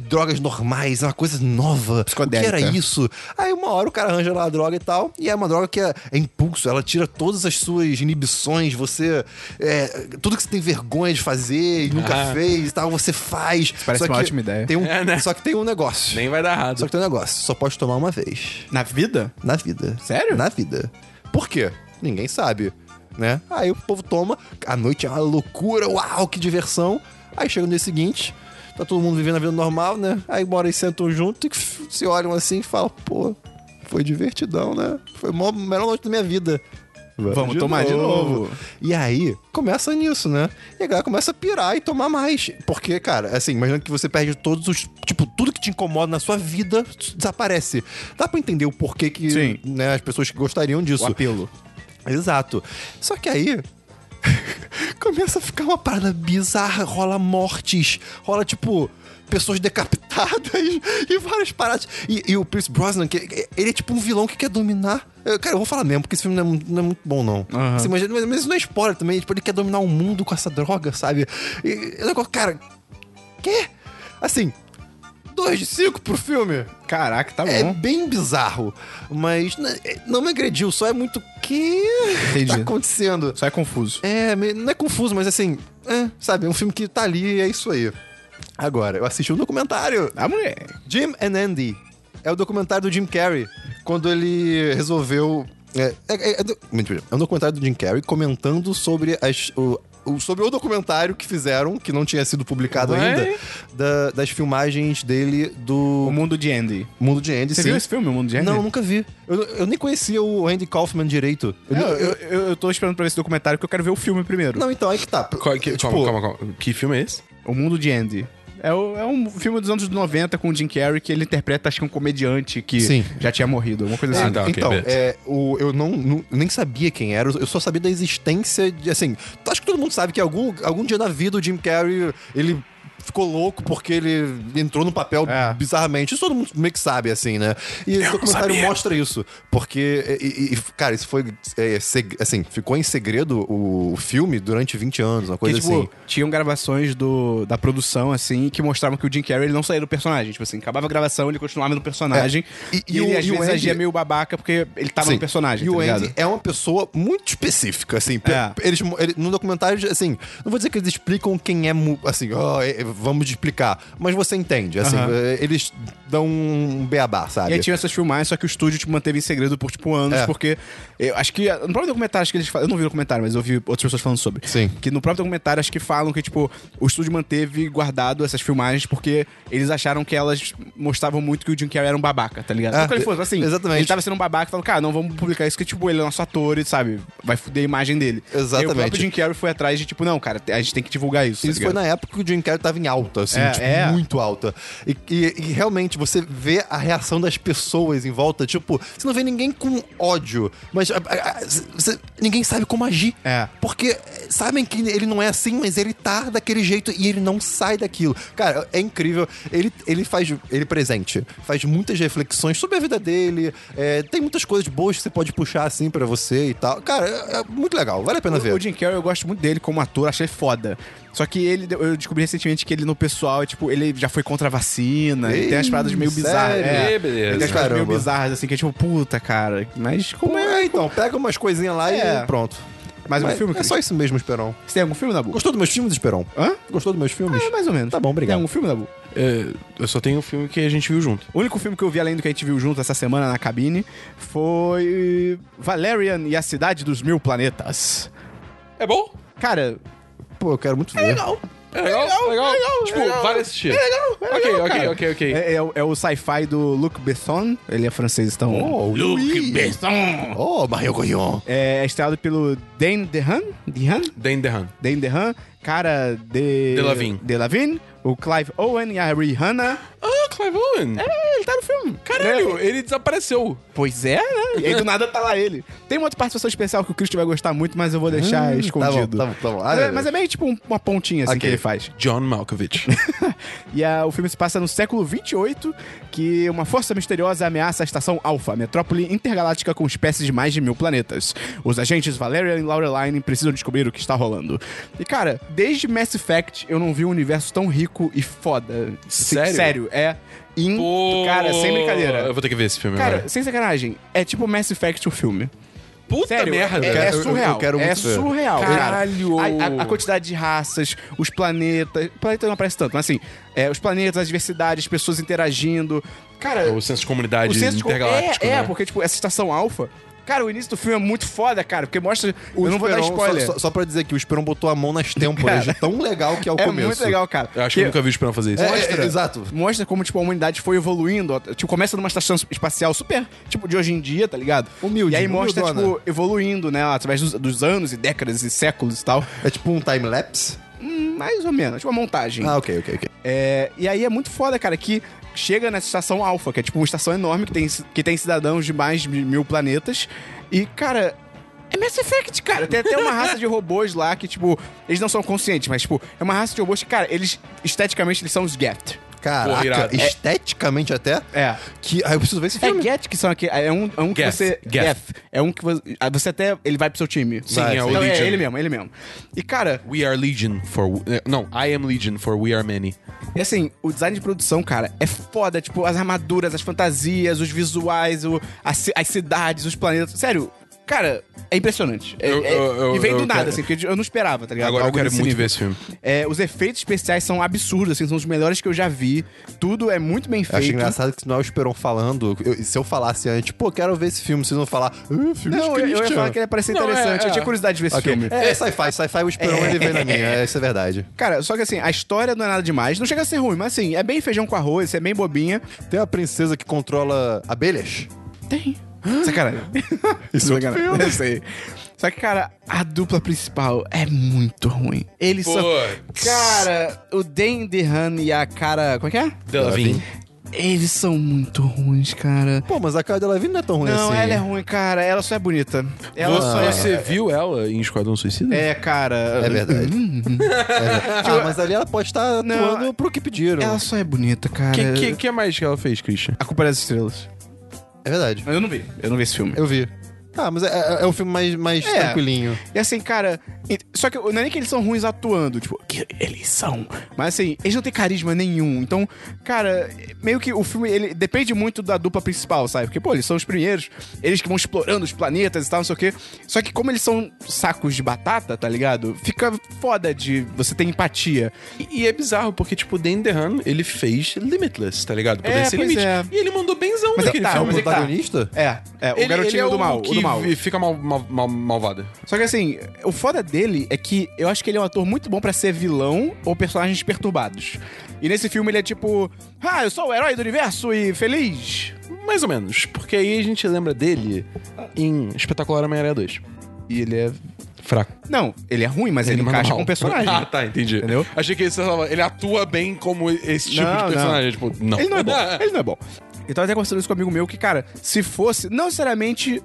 [SPEAKER 2] drogas normais, é uma coisa nova. O que era
[SPEAKER 1] Psicodélica.
[SPEAKER 2] isso? Aí uma hora o cara arranja lá a droga e tal, e é uma droga que é, é impulso, ela tira todas as suas inibições, você. é, tudo que você tem vergonha de fazer e nunca
[SPEAKER 3] Ah.
[SPEAKER 2] fez e tal, você faz.
[SPEAKER 1] parece
[SPEAKER 2] Só
[SPEAKER 1] uma
[SPEAKER 2] que
[SPEAKER 1] ótima ideia.
[SPEAKER 2] tem um-
[SPEAKER 3] É, né?
[SPEAKER 2] Só que tem um negócio.
[SPEAKER 3] Nem vai dar errado.
[SPEAKER 2] Só que tem um negócio. Só pode tomar uma vez.
[SPEAKER 1] Na vida?
[SPEAKER 2] Na vida.
[SPEAKER 1] Sério?
[SPEAKER 2] Na vida. Por quê? Ninguém sabe, né? Aí o povo toma, a noite é uma loucura, uau, que diversão. Aí chega no dia seguinte, tá todo mundo vivendo a vida normal, né? Aí bora e sentam junto e f- se olham assim e falam, pô, foi divertidão, né? Foi a maior- melhor noite da minha vida.
[SPEAKER 1] Vamos tomar de novo.
[SPEAKER 2] E aí, começa nisso, né? E a galera começa a pirar e tomar mais. Porque, cara, assim, imagina que você perde todos os. Tipo, tudo que te incomoda na sua vida desaparece. Dá pra entender o porquê que
[SPEAKER 1] Sim.
[SPEAKER 2] né, as pessoas que gostariam disso.
[SPEAKER 1] O apelo.
[SPEAKER 2] Exato. Só que aí. começa a ficar uma parada bizarra. Rola mortes. Rola, tipo. Pessoas decapitadas e várias paradas. E, e o Pierce Brosnan, que, que- ele é tipo um vilão que quer dominar. Eu- cara, eu vou falar mesmo, porque esse filme não é, mu- não é muito bom, não.
[SPEAKER 1] Aham.
[SPEAKER 2] Assim, mas, mas- mas isso não é spoiler também. Tipo, ele quer dominar o mundo com essa droga, sabe? E, e o negócio, cara. Quê? Assim, dois de cinco pro filme.
[SPEAKER 1] Caraca, tá
[SPEAKER 2] É
[SPEAKER 1] bom.
[SPEAKER 2] bem bizarro, mas né, não me agrediu, só é muito que
[SPEAKER 1] Entendi.
[SPEAKER 2] tá acontecendo.
[SPEAKER 1] Só é confuso.
[SPEAKER 2] É, me- não é confuso, mas assim, é, sabe, é um filme que tá ali e é isso aí. Agora, eu assisti um documentário,
[SPEAKER 1] Ah, moleque.
[SPEAKER 2] Jim and Andy. É o documentário do Jim Carrey, quando ele resolveu é, é- é- é do- mentira, é um documentário do Jim Carrey comentando sobre as o, o- sobre o documentário que fizeram, que não tinha sido publicado
[SPEAKER 3] Ué?
[SPEAKER 2] ainda, da- das filmagens dele do
[SPEAKER 1] O mundo de Andy.
[SPEAKER 2] Mundo de Andy.
[SPEAKER 1] Você
[SPEAKER 2] sim.
[SPEAKER 1] viu esse filme, O Mundo de Andy?
[SPEAKER 2] Não, nunca vi. Eu, eu nem conhecia o Andy Kaufman direito. Eu
[SPEAKER 1] É,
[SPEAKER 2] não-
[SPEAKER 1] Eu, eu, eu, tô esperando pra ver esse documentário porque eu quero ver o filme primeiro.
[SPEAKER 2] não, então, aí que tá.
[SPEAKER 3] Qual- que-
[SPEAKER 2] Tipo,
[SPEAKER 3] calma, calma, calma. Que filme é esse?
[SPEAKER 1] O Mundo de Andy. É, o- é um filme dos anos 90 com o Jim Carrey que ele interpreta, acho que um comediante que
[SPEAKER 2] Sim.
[SPEAKER 1] já tinha morrido, alguma coisa
[SPEAKER 2] é,
[SPEAKER 1] assim.
[SPEAKER 3] tá, ok,
[SPEAKER 2] então,
[SPEAKER 3] beleza.
[SPEAKER 2] é, o, eu não, não- nem sabia quem era, eu só sabia da existência de, assim, acho que todo mundo sabe que algum, algum dia na vida o Jim Carrey, ele ficou louco porque ele entrou no papel
[SPEAKER 1] É.
[SPEAKER 2] bizarramente. Isso todo mundo meio que sabe, assim, né? E esse documentário mostra isso, porque, é, e- e- e, cara, isso foi, é, seg- assim, ficou em segredo o, o filme durante 20 anos, uma coisa
[SPEAKER 1] Porque, tipo,
[SPEAKER 2] assim.
[SPEAKER 1] tinham gravações do, da produção, assim, que mostravam que o Jim Carrey ele não saía do personagem. Tipo assim, acabava a gravação, ele continuava no personagem.
[SPEAKER 2] É.
[SPEAKER 1] E,
[SPEAKER 2] E- e
[SPEAKER 1] ele,
[SPEAKER 2] o-
[SPEAKER 1] às
[SPEAKER 2] e o
[SPEAKER 1] vezes,
[SPEAKER 2] Andy-
[SPEAKER 1] agia meio babaca porque ele tava
[SPEAKER 2] Sim.
[SPEAKER 1] no personagem,
[SPEAKER 2] E
[SPEAKER 1] tá
[SPEAKER 2] o
[SPEAKER 1] ligado?
[SPEAKER 2] Andy é uma pessoa muito específica, assim. Pe-
[SPEAKER 1] É.
[SPEAKER 2] Eles, mo- ele- no documentário, assim, não vou dizer que eles explicam quem é, mu- assim, ó, é- é, vamos explicar. Mas você entende, assim,
[SPEAKER 1] Aham.
[SPEAKER 2] é, eles dão um beabá,
[SPEAKER 1] E
[SPEAKER 2] sabe?
[SPEAKER 1] aí tinha essas filmagens, só que o estúdio tipo, manteve em segredo por, tipo, anos,
[SPEAKER 2] É.
[SPEAKER 1] porque... Eu acho que... No próprio documentário, acho que eles falam... Eu não vi o documentário, mas eu ouvi outras pessoas falando sobre.
[SPEAKER 2] Sim.
[SPEAKER 1] Que no próprio documentário, acho que falam que, tipo, o estúdio manteve guardado essas filmagens porque eles acharam que elas mostravam muito que o Jim Carrey era um babaca, tá ligado?
[SPEAKER 2] É,
[SPEAKER 1] Só que ele fosse, assim,
[SPEAKER 2] exatamente.
[SPEAKER 1] ele tava sendo um babaca e falou, cara, não vamos publicar isso que, tipo, ele é nosso ator e, sabe, vai fuder a imagem dele. E aí o
[SPEAKER 2] Exatamente.
[SPEAKER 1] próprio Jim Carrey foi atrás de, tipo, não, cara, a gente tem que divulgar isso, tá
[SPEAKER 2] Isso foi
[SPEAKER 1] ligado?
[SPEAKER 2] na época que o Jim Carrey tava em em alta, assim,
[SPEAKER 1] É,
[SPEAKER 2] tipo,
[SPEAKER 1] é.
[SPEAKER 2] muito alta. E, e- e realmente, você vê a reação das pessoas em volta, tipo, você não vê ninguém com ódio, mas a- a- a- você- ninguém sabe como agir.
[SPEAKER 1] É.
[SPEAKER 2] Porque é, sabem que ele não é assim, mas ele tá daquele jeito e ele não sai daquilo. Cara, é incrível. Ele, ele faz. Ele é presente. Faz muitas reflexões sobre a vida dele. é, tem muitas coisas boas que você pode puxar assim pra você e tal. Cara, é, é muito legal. Vale a pena ver.
[SPEAKER 1] O, o Jim Carrey, eu gosto muito dele como ator, achei foda. Só que ele, eu descobri recentemente que ele no pessoal, é, tipo, ele já foi contra a vacina, ele
[SPEAKER 2] Ei,
[SPEAKER 1] tem as paradas meio
[SPEAKER 2] sério?
[SPEAKER 1] bizarras. É,
[SPEAKER 3] Ei, beleza.
[SPEAKER 1] Ele tem as paradas meio
[SPEAKER 2] Caramba.
[SPEAKER 1] bizarras, assim, que é tipo, puta, cara. Mas como é?
[SPEAKER 2] É, então, pega umas coisinhas lá
[SPEAKER 1] É.
[SPEAKER 2] e pronto.
[SPEAKER 1] Mais um
[SPEAKER 2] Mas
[SPEAKER 1] filme,
[SPEAKER 2] É
[SPEAKER 1] Cris?
[SPEAKER 2] só isso mesmo, Esperão.
[SPEAKER 1] Você tem algum filme, Nabu?
[SPEAKER 2] Gostou dos meus filmes, Esperão?
[SPEAKER 1] Hã?
[SPEAKER 2] Gostou dos meus filmes?
[SPEAKER 1] É, mais ou menos.
[SPEAKER 2] Tá bom,
[SPEAKER 1] Tem
[SPEAKER 2] obrigado.
[SPEAKER 1] algum filme, Nabu?
[SPEAKER 3] É, eu só tenho um filme que a gente viu junto.
[SPEAKER 1] O único filme que eu vi além do que a gente viu junto essa semana na cabine foi Valerian e a Cidade dos Mil Planetas.
[SPEAKER 3] É bom?
[SPEAKER 1] Cara,
[SPEAKER 2] Pô, eu quero muito ver.
[SPEAKER 3] É legal?
[SPEAKER 1] legal,
[SPEAKER 3] legal.
[SPEAKER 1] é legal,
[SPEAKER 3] tipo,
[SPEAKER 1] é legal.
[SPEAKER 3] vale assistir.
[SPEAKER 1] é legal, é
[SPEAKER 3] ok,
[SPEAKER 1] legal,
[SPEAKER 3] ok,
[SPEAKER 1] cara.
[SPEAKER 3] ok, ok.
[SPEAKER 1] É, é o- é o sci-fi do Luc Besson, ele é francês, então...
[SPEAKER 2] Luke Besson! Oh, Mario Goyon!
[SPEAKER 1] É estrelado pelo Dan DeHaan, DeHaan?
[SPEAKER 3] Dan DeHaan.
[SPEAKER 1] Dan DeHaan, cara de...
[SPEAKER 3] DeLavigne.
[SPEAKER 1] DeLavigne, o Clive Owen e a Rihanna.
[SPEAKER 3] Ah, Clive Owen.
[SPEAKER 1] É, ele tá no filme.
[SPEAKER 2] É.
[SPEAKER 3] Caralho,
[SPEAKER 1] Né?
[SPEAKER 3] ele desapareceu.
[SPEAKER 1] Pois é, né? E aí do nada tá lá ele. Tem uma outra participação especial que o Christian vai gostar muito, mas eu vou deixar
[SPEAKER 2] Hum,
[SPEAKER 1] escondido.
[SPEAKER 2] tá bom, tá bom, tá bom. Ah,
[SPEAKER 1] Mas, é,
[SPEAKER 2] é.
[SPEAKER 1] mas é meio tipo um- uma pontinha assim
[SPEAKER 2] Ok.
[SPEAKER 1] que ele faz.
[SPEAKER 3] John Malkovich.
[SPEAKER 1] E ah, o filme se passa no século 28, que uma força misteriosa ameaça a estação Alpha, metrópole intergaláctica com espécies de mais de mil planetas. Os agentes Valerian e Laureline precisam descobrir o que está rolando. E cara, desde Mass Effect eu não vi um universo tão rico e foda. Assim,
[SPEAKER 3] Sério?
[SPEAKER 1] Sério, é. In... Cara, sem
[SPEAKER 3] Eu
[SPEAKER 1] brincadeira.
[SPEAKER 3] vou ter que ver esse filme
[SPEAKER 1] Cara,
[SPEAKER 3] agora.
[SPEAKER 1] sem sacanagem, é tipo Mass Effect o filme.
[SPEAKER 3] Puta
[SPEAKER 1] Sério,
[SPEAKER 3] merda.
[SPEAKER 1] É, é
[SPEAKER 2] Cara, eu-
[SPEAKER 1] surreal.
[SPEAKER 2] eu quero
[SPEAKER 1] é
[SPEAKER 2] muito ver.
[SPEAKER 1] surreal. cara.
[SPEAKER 3] Caralho.
[SPEAKER 1] A, a- a quantidade de raças, os planetas. Planeta não aparece tanto, mas assim, é, os planetas, a diversidade, as pessoas interagindo. Cara,
[SPEAKER 3] É O senso de comunidade
[SPEAKER 1] o senso de
[SPEAKER 3] intergaláctico,
[SPEAKER 1] É, é,
[SPEAKER 3] né?
[SPEAKER 1] porque, tipo, essa estação alfa. Cara, o início do filme é muito foda, cara, porque mostra.
[SPEAKER 2] O
[SPEAKER 1] eu não vou dar
[SPEAKER 2] Esperon,
[SPEAKER 1] spoiler.
[SPEAKER 2] Só, só, só pra dizer que o Esperão botou a mão nas têmporas. de tão legal que é o
[SPEAKER 1] é
[SPEAKER 2] começo.
[SPEAKER 1] muito legal, cara.
[SPEAKER 3] Eu acho que eu nunca vi o Esperão fazer isso.
[SPEAKER 2] É, é, é, exato.
[SPEAKER 1] Mostra como, tipo, a humanidade foi evoluindo. ó. Tipo, começa numa estação espacial super, tipo, de hoje em dia, tá ligado?
[SPEAKER 2] Humilde,
[SPEAKER 1] E aí mostra,
[SPEAKER 2] humildona.
[SPEAKER 1] tipo, evoluindo, né? Através dos, dos anos e décadas e séculos e tal.
[SPEAKER 2] É tipo um time-lapse?
[SPEAKER 1] Hum, mais ou menos. Tipo, uma montagem.
[SPEAKER 2] Ah, ok, ok, ok.
[SPEAKER 1] É, e aí é muito foda, cara, que chega nessa estação alfa, que é tipo uma estação enorme que tem, que tem cidadãos de mais de mil planetas. E, cara. É Mass Effect, cara. Tem até uma raça de robôs lá que, tipo, eles não são conscientes, mas, tipo, é uma raça de robôs que, cara, eles, esteticamente, eles são os Get.
[SPEAKER 3] Porra,
[SPEAKER 2] Caraca,
[SPEAKER 3] irado.
[SPEAKER 2] esteticamente até.
[SPEAKER 1] É.
[SPEAKER 2] Que, ah, eu preciso ver esse
[SPEAKER 1] É
[SPEAKER 2] filme.
[SPEAKER 1] Get que são aqui. É um, é um que
[SPEAKER 3] Geth,
[SPEAKER 1] você.
[SPEAKER 3] Geth.
[SPEAKER 1] É um que você. ah, Você até. Ele vai pro seu time.
[SPEAKER 3] Sim,
[SPEAKER 1] Vai,
[SPEAKER 3] é o
[SPEAKER 1] Então,
[SPEAKER 3] Legion.
[SPEAKER 1] É ele mesmo, é ele mesmo. E, cara,
[SPEAKER 3] We are legion for... eh, Não, I am legion for we are many.
[SPEAKER 1] E assim, o design de produção, cara, é foda. Tipo, as armaduras, as fantasias, os visuais, o, as, ci- as cidades, os planetas. Sério, cara, é impressionante. É-
[SPEAKER 3] Eu-
[SPEAKER 1] é-
[SPEAKER 3] eu- eu-
[SPEAKER 1] e vem
[SPEAKER 3] eu
[SPEAKER 1] do nada,
[SPEAKER 3] quero-
[SPEAKER 1] assim, porque eu não esperava, tá ligado?
[SPEAKER 3] Agora eu
[SPEAKER 1] Algo
[SPEAKER 3] quero
[SPEAKER 1] desse
[SPEAKER 3] muito
[SPEAKER 1] nível.
[SPEAKER 3] ver esse filme.
[SPEAKER 1] É, os efeitos especiais são absurdos, assim, são os melhores que eu já vi. Tudo é muito bem
[SPEAKER 2] Eu acho
[SPEAKER 1] feito.
[SPEAKER 2] engraçado que se não é o Esperon falando, eu- se eu falasse antes, pô, quero ver esse filme, vocês vão falar, ah, filme
[SPEAKER 1] Não, eu,
[SPEAKER 2] de
[SPEAKER 1] eu ia
[SPEAKER 2] Christian."
[SPEAKER 1] falar que ele ia parecer
[SPEAKER 3] Não, é,
[SPEAKER 1] interessante.
[SPEAKER 3] é.
[SPEAKER 1] Eu tinha curiosidade de ver esse
[SPEAKER 2] Ok.
[SPEAKER 1] filme.
[SPEAKER 2] É, sci-fi, sci-fi, o Esperon ele veio na minha, é, isso é verdade.
[SPEAKER 1] Cara, só que assim, a história não é nada demais. Não chega a ser ruim, mas assim, é bem feijão com arroz, é bem bobinha.
[SPEAKER 2] Tem uma princesa que controla abelhas?
[SPEAKER 1] Tem. Sacanagem.
[SPEAKER 2] Isso é outro
[SPEAKER 1] Sacanagem.
[SPEAKER 2] filme.
[SPEAKER 1] Eu sei. Só que, cara, a dupla principal é muito ruim. Eles são.
[SPEAKER 3] Putz.
[SPEAKER 1] Cara, o Dan DeHaan e a cara. Como é que é?
[SPEAKER 3] Delvin.
[SPEAKER 1] Eles são muito ruins, cara.
[SPEAKER 2] Pô, mas a cara dela vindo não é tão ruim
[SPEAKER 1] Não,
[SPEAKER 2] assim.
[SPEAKER 1] ela é ruim, cara. Ela só é bonita. Ela só é.
[SPEAKER 3] Você viu ela em Esquadrão Suicida?
[SPEAKER 1] É, cara.
[SPEAKER 2] É verdade. É verdade. Ah, mas ali ela pode estar
[SPEAKER 1] Hum, Não,
[SPEAKER 2] atuando pro que pediram.
[SPEAKER 1] Ela só é bonita, cara.
[SPEAKER 3] Que, que, que mais que ela fez, Christian?
[SPEAKER 1] A culpa é das estrelas.
[SPEAKER 2] É verdade.
[SPEAKER 1] Mas eu não vi. Eu não vi esse filme.
[SPEAKER 2] Eu vi. Ah, mas é, é- é um filme mais, mais
[SPEAKER 1] É.
[SPEAKER 2] tranquilinho.
[SPEAKER 1] E assim, cara. e- Só que não é nem que eles são ruins atuando, tipo, que eles são. Mas assim, eles não têm carisma nenhum. Então, cara, meio que o filme, ele depende muito da dupla principal, sabe? Porque, pô, eles são os primeiros, eles que vão explorando os planetas e tal, não sei o quê. Só que como eles são sacos de batata, tá ligado? Fica foda de você ter empatia.
[SPEAKER 3] E, e é bizarro, porque, tipo, o Dan DeHaan, ele fez Limitless, tá ligado?
[SPEAKER 1] É,
[SPEAKER 3] ser
[SPEAKER 1] pois é.
[SPEAKER 3] E ele mandou benzão
[SPEAKER 1] Mas é que
[SPEAKER 3] naquele
[SPEAKER 1] tá,
[SPEAKER 3] filme.
[SPEAKER 1] mas é que tá.
[SPEAKER 2] protagonista?
[SPEAKER 1] É, é, o
[SPEAKER 3] Ele-
[SPEAKER 1] garotinho
[SPEAKER 3] ele é
[SPEAKER 1] do mal, o
[SPEAKER 3] que
[SPEAKER 1] do mal.
[SPEAKER 3] vi- Fica mal, mal- mal- malvado.
[SPEAKER 1] Só que assim, o foda dele é que eu acho que ele é um ator muito bom pra ser vilão ou personagens perturbados. E nesse filme ele é tipo, ah, eu sou o herói do universo e feliz.
[SPEAKER 3] Mais ou menos. Porque aí a gente lembra dele em Espetacular Homem-Aranha 2.
[SPEAKER 1] E ele é
[SPEAKER 3] fraco.
[SPEAKER 1] Não, ele é ruim, mas ele,
[SPEAKER 3] manda
[SPEAKER 1] encaixa
[SPEAKER 3] mal.
[SPEAKER 1] com o personagem.
[SPEAKER 3] Ah, tá, entendi.
[SPEAKER 1] Entendeu?
[SPEAKER 3] Achei que ele, sei lá, ele atua bem como esse tipo
[SPEAKER 1] Não,
[SPEAKER 3] de
[SPEAKER 1] não.
[SPEAKER 3] personagem. Tipo, não.
[SPEAKER 1] Ele não é bom. Ele não é bom. Eu tava até conversando isso com um amigo meu que, cara, se fosse, não necessariamente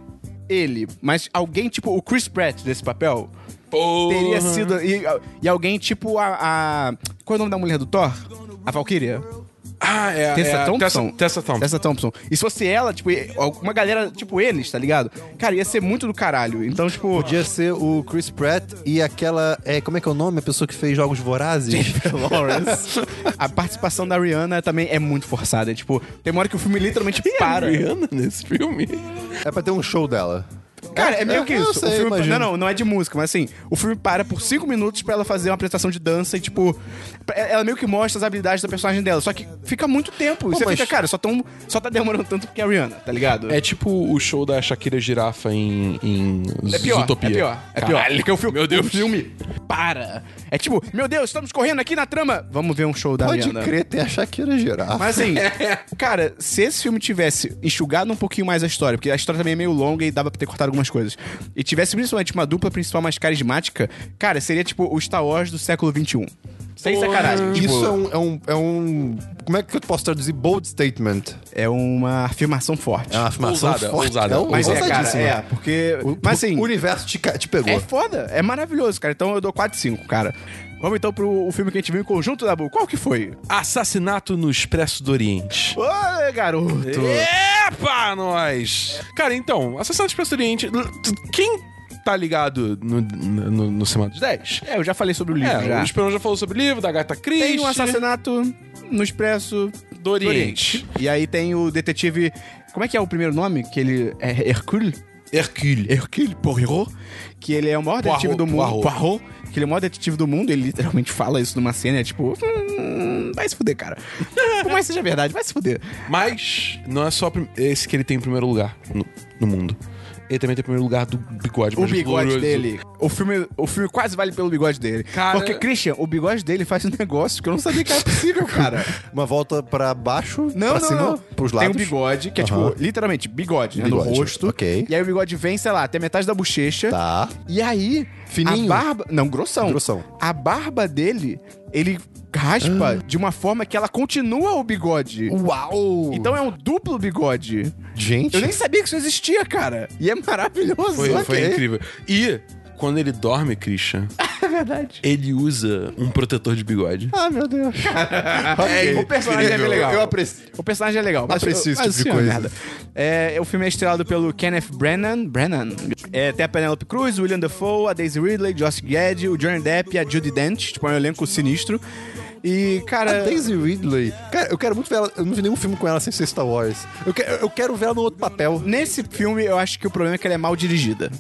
[SPEAKER 1] ele, mas alguém tipo o Chris Pratt desse papel,
[SPEAKER 3] Porra.
[SPEAKER 1] teria sido. E, e alguém tipo a, a- Qual é o nome da mulher do Thor? A Valkyria?
[SPEAKER 3] Ah, é.
[SPEAKER 1] Tessa
[SPEAKER 3] é,
[SPEAKER 1] Thompson?
[SPEAKER 3] Tessa, Tessa Thompson.
[SPEAKER 1] Tessa Thompson. E se fosse ela, tipo, e- alguma galera, tipo eles, tá ligado? Cara, ia ser muito do caralho. Então, tipo.
[SPEAKER 2] Podia ser o Chris Pratt e aquela. É, como é que é o nome? A pessoa que fez jogos vorazes?
[SPEAKER 1] Lawrence. A participação da Rihanna também é muito forçada. Tipo, tem uma hora que o filme literalmente
[SPEAKER 3] Tem a
[SPEAKER 1] para.
[SPEAKER 3] Rihanna nesse filme?
[SPEAKER 2] é pra ter um show dela.
[SPEAKER 1] Cara, é meio que
[SPEAKER 2] Eu
[SPEAKER 1] isso.
[SPEAKER 2] sei,
[SPEAKER 1] o filme...
[SPEAKER 2] imagino.
[SPEAKER 1] Não, não, não é de música, mas assim, o filme para por cinco minutos pra ela fazer uma apresentação de dança e, tipo, pra- ela meio que mostra as habilidades da personagem dela. Só que fica muito tempo. E você
[SPEAKER 2] mas-
[SPEAKER 1] fica, cara, só, tão, só tá demorando tanto porque é a Rihanna, tá ligado?
[SPEAKER 3] É tipo o show da Shakira Girafa em, em
[SPEAKER 1] É pior,
[SPEAKER 3] Zootopia.
[SPEAKER 1] é pior, é pior.
[SPEAKER 3] Caralho,
[SPEAKER 1] Porque o filme,
[SPEAKER 3] meu Deus.
[SPEAKER 1] o filme para. É tipo, meu Deus, estamos correndo aqui na trama. Vamos ver um show da
[SPEAKER 2] Pode
[SPEAKER 1] Rihanna.
[SPEAKER 2] crer, tem a Shakira girar.
[SPEAKER 1] Mas assim, cara, se esse filme tivesse enxugado um pouquinho mais a história, porque a história também é meio longa e dava pra ter cortado algumas coisas, e tivesse principalmente uma dupla principal mais carismática, cara, seria tipo o Star Wars do século XXI. Sem sacanagem. tipo,
[SPEAKER 2] Isso é um, é, um, é um. Como é que eu posso traduzir? Bold statement.
[SPEAKER 1] é uma afirmação forte.
[SPEAKER 2] É uma afirmação
[SPEAKER 3] Ousada,
[SPEAKER 2] forte.
[SPEAKER 3] ousada.
[SPEAKER 2] um-
[SPEAKER 1] Mas é, cara,
[SPEAKER 2] ousadíssima.
[SPEAKER 1] é, porque.
[SPEAKER 2] O,
[SPEAKER 1] mas assim.
[SPEAKER 2] o universo te, ca- te pegou.
[SPEAKER 1] É foda, é maravilhoso, cara. Então eu dou 4 5, cara. Vamos então pro o filme que a gente viu em conjunto, Dabu. Qual que foi?
[SPEAKER 3] Assassinato no Expresso do Oriente.
[SPEAKER 1] Ô, garoto!
[SPEAKER 3] Epa, nós! Cara, então, Assassinato Expresso do Oriente. l- t- Quem tá ligado no, no, no Semana dos 10?
[SPEAKER 1] É, eu já falei sobre o livro
[SPEAKER 3] É,
[SPEAKER 1] já.
[SPEAKER 3] o Esperão já falou sobre o livro, da Gata Christie.
[SPEAKER 1] Tem um assassinato no Expresso
[SPEAKER 3] do Oriente.
[SPEAKER 1] E aí tem o detetive... Como é que é o primeiro nome? Que ele... É Hercule?
[SPEAKER 3] Hercule.
[SPEAKER 1] Hercule Poirot. Que ele é o maior detetive
[SPEAKER 3] Poirot,
[SPEAKER 1] do mundo.
[SPEAKER 3] Poirot.
[SPEAKER 1] Poirot. Que ele é o maior detetive do mundo. Ele literalmente fala isso numa cena. É tipo... "Hum, vai se fuder, cara. Por mais que seja verdade, vai se fuder.
[SPEAKER 3] Mas não é só a prim- esse que ele tem em primeiro lugar no, no mundo. Ele também tem o primeiro lugar do bigode.
[SPEAKER 1] O
[SPEAKER 3] mais
[SPEAKER 1] bigode
[SPEAKER 3] glorioso.
[SPEAKER 1] dele. O filme, o filme quase vale pelo bigode dele.
[SPEAKER 3] Cara-
[SPEAKER 1] Porque, Christian, o bigode dele faz um negócio que eu não sabia que era possível, cara.
[SPEAKER 2] Uma volta pra baixo,
[SPEAKER 1] Não, não,
[SPEAKER 2] pra cima,
[SPEAKER 1] não.
[SPEAKER 2] pros lados.
[SPEAKER 1] Tem um bigode, que é
[SPEAKER 2] Aham.
[SPEAKER 1] tipo, literalmente, bigode, né? No
[SPEAKER 2] Bigode,
[SPEAKER 1] rosto.
[SPEAKER 2] ok.
[SPEAKER 1] E aí o bigode vem, sei lá, até metade da bochecha.
[SPEAKER 2] Tá.
[SPEAKER 1] E aí,
[SPEAKER 2] Fininho?
[SPEAKER 1] a barba... Não, grossão.
[SPEAKER 2] Grossão. Ah.
[SPEAKER 1] A barba dele, ele raspa de uma forma que ela continua o bigode.
[SPEAKER 2] Uau!
[SPEAKER 1] Então é um duplo bigode.
[SPEAKER 2] Uh. gente.
[SPEAKER 1] Eu nem sabia que isso existia, cara. E é maravilhoso.
[SPEAKER 3] Foi,
[SPEAKER 1] Ok.
[SPEAKER 3] foi incrível. E quando ele dorme, Christian,
[SPEAKER 1] É verdade.
[SPEAKER 3] ele usa um protetor de bigode.
[SPEAKER 2] Ah, meu Deus.
[SPEAKER 1] É, o personagem é bem legal.
[SPEAKER 2] Eu aprecio.
[SPEAKER 1] O personagem é legal. mas-
[SPEAKER 2] Aprecio esse
[SPEAKER 1] mas
[SPEAKER 2] tipo de
[SPEAKER 1] isso é uma
[SPEAKER 2] coisa.
[SPEAKER 1] merda. É, o filme é estrelado pelo Kenneth Brennan. Brennan. É, tem a Penelope Cruz, o William Dafoe, a Daisy Ridley, Josh Gad, o Johnny Depp e a Judy Dench. Tipo, é um elenco sinistro. E,
[SPEAKER 2] A
[SPEAKER 1] cara...
[SPEAKER 2] É. Daisy Ridley. Cara, eu quero muito ver ela. Eu não vi nenhum filme com ela sem ser Star Wars. Eu, que- eu quero ver ela no outro papel.
[SPEAKER 1] Nesse filme, eu acho que o problema é que ela é mal dirigida.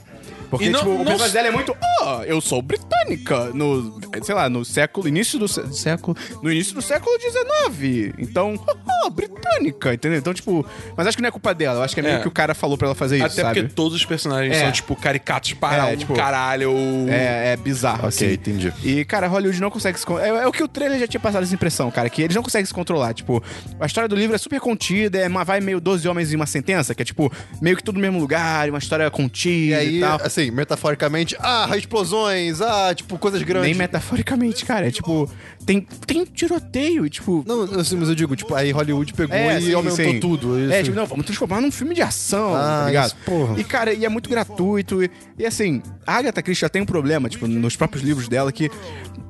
[SPEAKER 1] Porque,
[SPEAKER 3] E não-
[SPEAKER 1] tipo, o
[SPEAKER 3] não-
[SPEAKER 1] personagem dela é muito... Oh, eu sou britânica! No, sei lá, no século... Início do sé- século... No início do século XIX. Então... Oh, britânica! Entendeu? Então, tipo... Mas acho que não é culpa dela. Eu acho que é meio
[SPEAKER 3] É.
[SPEAKER 1] que o cara falou pra ela fazer isso,
[SPEAKER 3] Até
[SPEAKER 1] sabe?
[SPEAKER 3] porque todos os personagens
[SPEAKER 1] É.
[SPEAKER 3] são, tipo, caricatos para
[SPEAKER 1] É,
[SPEAKER 3] um
[SPEAKER 1] tipo,
[SPEAKER 3] caralho.
[SPEAKER 1] É, é bizarro,
[SPEAKER 2] Ok,
[SPEAKER 1] assim.
[SPEAKER 2] entendi.
[SPEAKER 1] E, cara, Hollywood não consegue se... con- É, é o que o trailer já tinha passado essa impressão, cara, que eles não conseguem se controlar. Tipo, a história do livro é super contida, é uma, vai meio 12 homens em uma sentença, que é, tipo, meio que tudo no mesmo lugar, uma história
[SPEAKER 2] E
[SPEAKER 1] contida e,
[SPEAKER 2] aí,
[SPEAKER 1] tal.
[SPEAKER 2] assim, metaforicamente, ah, explosões, ah, tipo, coisas
[SPEAKER 1] Nem
[SPEAKER 2] grandes.
[SPEAKER 1] metaforicamente, cara. É, tipo, tem, tem tiroteio e, tipo...
[SPEAKER 2] Não, assim, mas eu digo, tipo, aí Hollywood pegou
[SPEAKER 1] É,
[SPEAKER 2] e
[SPEAKER 1] sim,
[SPEAKER 2] aumentou
[SPEAKER 1] sim.
[SPEAKER 2] tudo. isso.
[SPEAKER 1] É, tipo, não, vamos transformar num filme de ação,
[SPEAKER 2] Ah,
[SPEAKER 1] tá ligado?
[SPEAKER 2] isso, porra.
[SPEAKER 1] E, cara, e é muito gratuito. E, e, assim, a Agatha Christie já tem um problema, tipo, nos próprios livros dela, que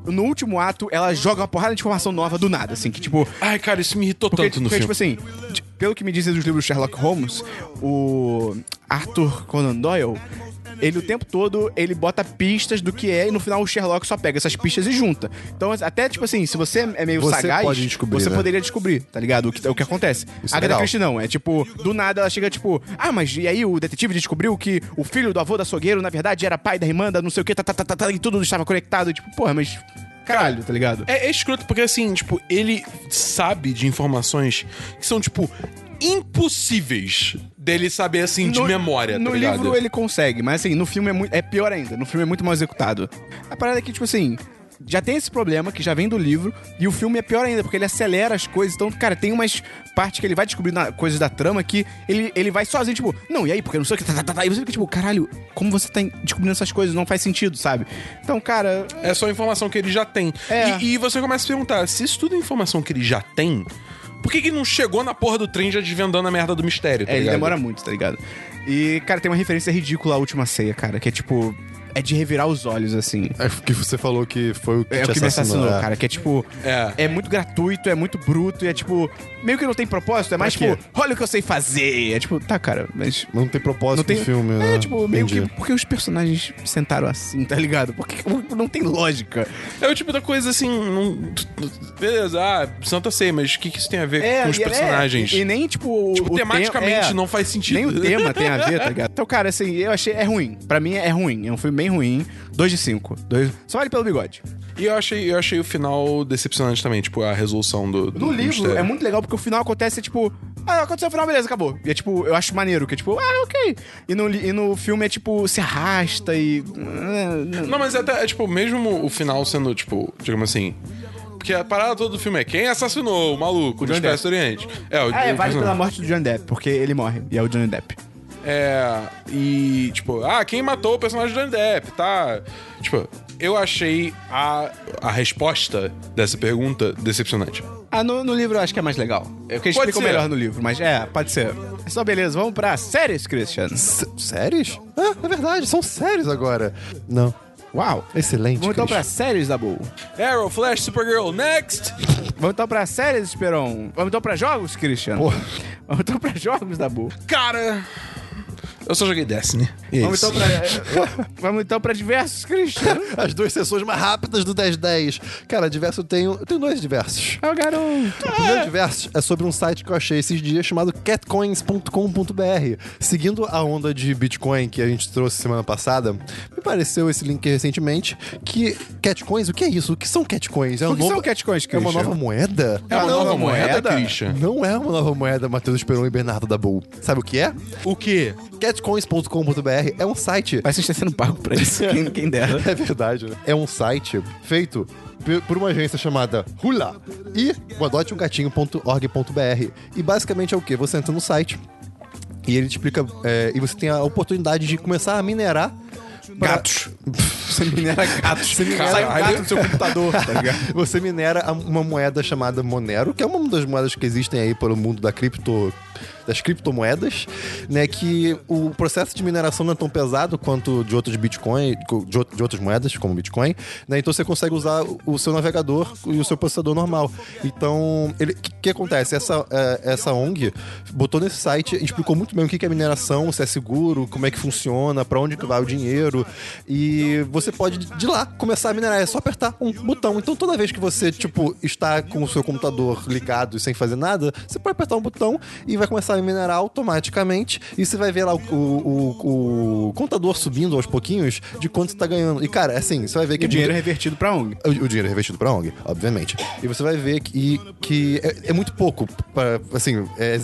[SPEAKER 1] no último ato ela joga uma porrada de informação nova do nada, assim, que, tipo...
[SPEAKER 3] Ai, cara, isso me irritou
[SPEAKER 1] Porque,
[SPEAKER 3] tanto no
[SPEAKER 1] porque,
[SPEAKER 3] filme.
[SPEAKER 1] tipo assim, t- pelo que me dizem dos livros Sherlock Holmes, o Arthur Conan Doyle, ele o tempo todo, ele bota pistas do que é e no final o Sherlock só pega essas pistas e junta. Então, até tipo assim, se você é meio
[SPEAKER 2] Você
[SPEAKER 1] sagaz,
[SPEAKER 2] pode descobrir,
[SPEAKER 1] você
[SPEAKER 2] né?
[SPEAKER 1] poderia descobrir, tá ligado? O que, o que acontece.
[SPEAKER 2] Isso é
[SPEAKER 1] a Agatha
[SPEAKER 2] legal.
[SPEAKER 1] Christie não, é tipo, do nada ela chega tipo, ah, mas e aí o detetive descobriu que o filho do avô da Sogueiro, na verdade, era pai da irmã, da não sei o que, tá, tá, tá, tá, tá, e tudo estava conectado. E, tipo, porra, mas caralho, tá ligado?
[SPEAKER 3] É, é escroto porque, assim, tipo, ele sabe de informações que são, tipo, impossíveis dele saber, assim, de
[SPEAKER 1] No-
[SPEAKER 3] memória, tá
[SPEAKER 1] No
[SPEAKER 3] ligado?
[SPEAKER 1] livro ele consegue, mas assim, no filme é, muito, é pior ainda. No filme é muito mal executado. A parada é que, tipo assim, já tem esse problema, que já vem do livro, e o filme é pior ainda, porque ele acelera as coisas. Então, cara, tem umas partes que ele vai descobrindo na- coisas da trama que ele, ele vai sozinho, tipo, não, e aí, porque não sei o que. Tá, tá, tá, tá. E você fica tipo, caralho, como você tá descobrindo essas coisas? Não faz sentido, sabe? Então, cara,
[SPEAKER 3] É só informação que ele já tem.
[SPEAKER 1] É.
[SPEAKER 3] E, e você começa a se perguntar: se isso tudo é informação que ele já tem, por que, que não chegou na porra do trem já desvendando a merda do mistério? tá
[SPEAKER 1] É, ele
[SPEAKER 3] ligado?
[SPEAKER 1] demora muito, tá ligado? E, cara, tem uma referência ridícula à última ceia, cara, que é tipo. É de revirar os olhos, assim.
[SPEAKER 2] É o que você falou que foi o que
[SPEAKER 1] É
[SPEAKER 2] te
[SPEAKER 1] o que me
[SPEAKER 2] assassinou,
[SPEAKER 1] assassinou,
[SPEAKER 2] é.
[SPEAKER 1] cara. Que é tipo.
[SPEAKER 3] É.
[SPEAKER 1] É. muito gratuito, é muito bruto, e é tipo. Meio que não tem propósito, é mais
[SPEAKER 2] quê?
[SPEAKER 1] tipo, olha o que eu sei fazer. É tipo, tá, cara, mas.
[SPEAKER 2] Não tem propósito
[SPEAKER 1] Não tem
[SPEAKER 2] no filme,
[SPEAKER 1] É,
[SPEAKER 2] né?
[SPEAKER 1] tipo, meio
[SPEAKER 2] Entendi.
[SPEAKER 1] que. Porque os personagens sentaram assim, tá ligado? Porque não tem lógica.
[SPEAKER 3] É o tipo da coisa assim. não- tu- tu- beleza, ah, Santa Ceia, mas o que, que isso tem a ver com os
[SPEAKER 1] É, e-
[SPEAKER 3] personagens?
[SPEAKER 1] E, e nem, tipo. o-
[SPEAKER 3] Tipo,
[SPEAKER 1] o
[SPEAKER 3] tematicamente
[SPEAKER 1] tema- é.
[SPEAKER 3] não faz sentido.
[SPEAKER 1] Nem o tema tem a ver, tá ligado? Então, cara, assim, eu achei. É ruim. Pra mim é ruim. É um filme bem ruim. 2 de 5. Dois... Só vale pelo bigode.
[SPEAKER 3] E eu achei, eu achei o final decepcionante também, tipo, a resolução do. do
[SPEAKER 1] No livro
[SPEAKER 3] mistério.
[SPEAKER 1] é muito legal porque o final acontece, é tipo. Ah, aconteceu o final, beleza, acabou. E é tipo, eu acho maneiro, que é tipo, ah, ok. E no, li- e no filme é tipo, se arrasta e.
[SPEAKER 3] Não, mas até, é, tipo, mesmo o final sendo, tipo, digamos assim. Porque a parada toda do filme é quem assassinou o maluco do
[SPEAKER 1] Johnny
[SPEAKER 3] Expresso do Oriente. É, o
[SPEAKER 1] Ah, é, vale
[SPEAKER 3] o-
[SPEAKER 1] pela morte do Johnny Depp, porque ele morre. E é o Johnny Depp.
[SPEAKER 3] É. E, tipo, ah, quem matou o personagem do Johnny Depp, tá? Tipo, eu achei a, a resposta dessa pergunta decepcionante.
[SPEAKER 1] Ah, no, no livro eu acho que é mais legal. É porque
[SPEAKER 3] Pode
[SPEAKER 1] explicam
[SPEAKER 3] ser.
[SPEAKER 1] melhor no livro, mas é, pode ser. É só beleza, vamos pra séries, Christian.
[SPEAKER 2] S- Séries? Ah, é verdade, são séries agora. Não.
[SPEAKER 1] Uau.
[SPEAKER 2] Excelente.
[SPEAKER 1] Vamos então pra
[SPEAKER 2] Christian.
[SPEAKER 1] séries, Dabu.
[SPEAKER 3] Arrow, Flash, Supergirl, next!
[SPEAKER 1] Vamos então pra séries, Esperon. Vamos então pra jogos, Christian. Vamos então pra jogos, Dabu.
[SPEAKER 3] Cara. Eu só joguei Destiny. E é
[SPEAKER 1] Vamos
[SPEAKER 3] isso.
[SPEAKER 1] então pra. Vamos então pra diversos, Christian.
[SPEAKER 2] As duas sessões mais rápidas do 10-10. Cara, diverso eu tenho. Eu tenho dois diversos.
[SPEAKER 1] É o garoto.
[SPEAKER 2] O primeiro diverso é sobre um site que eu achei esses dias chamado catcoins.com.br. Seguindo a onda de Bitcoin que a gente trouxe semana passada, me pareceu esse link recentemente que catcoins, o que é isso? O que são catcoins? É
[SPEAKER 1] O
[SPEAKER 2] um
[SPEAKER 1] que
[SPEAKER 2] novo-
[SPEAKER 1] são catcoins,
[SPEAKER 2] É uma
[SPEAKER 1] Christian?
[SPEAKER 2] nova moeda?
[SPEAKER 3] É uma
[SPEAKER 1] Não,
[SPEAKER 3] nova
[SPEAKER 1] é
[SPEAKER 3] moeda,
[SPEAKER 1] moeda?
[SPEAKER 3] Christian?
[SPEAKER 2] Não é uma nova moeda, Matheus Esperon e Bernardo da Bull. Sabe o que é?
[SPEAKER 3] O quê?
[SPEAKER 2] Catcoins.com.br é um site
[SPEAKER 1] Mas vocês estão sendo pago pra isso, quem, quem dera.
[SPEAKER 2] É verdade. né? É um site feito pe- por uma agência chamada Hula e o um adoteumgatinho.org.br. E basicamente é o quê? Você entra no site e ele te explica. é, e você tem a oportunidade de começar a minerar. pra-
[SPEAKER 1] Gatos. Você minera gatos. Você
[SPEAKER 2] minera-
[SPEAKER 1] Sai um gato do seu computador, tá ligado?
[SPEAKER 2] Você minera a- uma moeda chamada Monero, que é uma das moedas que existem aí pelo mundo da cripto, das criptomoedas, né? Que o processo de mineração não é tão pesado quanto de outros Bitcoin, de, ou- de outras moedas, como Bitcoin, né? Então você consegue usar o seu navegador e o seu processador normal. Então, o que, que acontece? Essa, é, essa ONG botou nesse site, explicou muito bem o que que é mineração, se é seguro, como é que funciona, pra onde que vai o dinheiro. E você pode de lá começar a minerar, é só apertar um botão. Então toda vez que você, tipo, está com o seu computador ligado e sem fazer nada, você pode apertar um botão e vai começar a minerar automaticamente. E você vai ver lá o, o- o- o contador subindo aos pouquinhos de quanto você tá ganhando. E cara, assim, você vai ver que
[SPEAKER 1] E o dinheiro é
[SPEAKER 2] muda-
[SPEAKER 1] revertido pra ONG.
[SPEAKER 2] o, o dinheiro é revestido pra ONG, obviamente. E você vai ver que, que é, é muito pouco. Pra, assim, é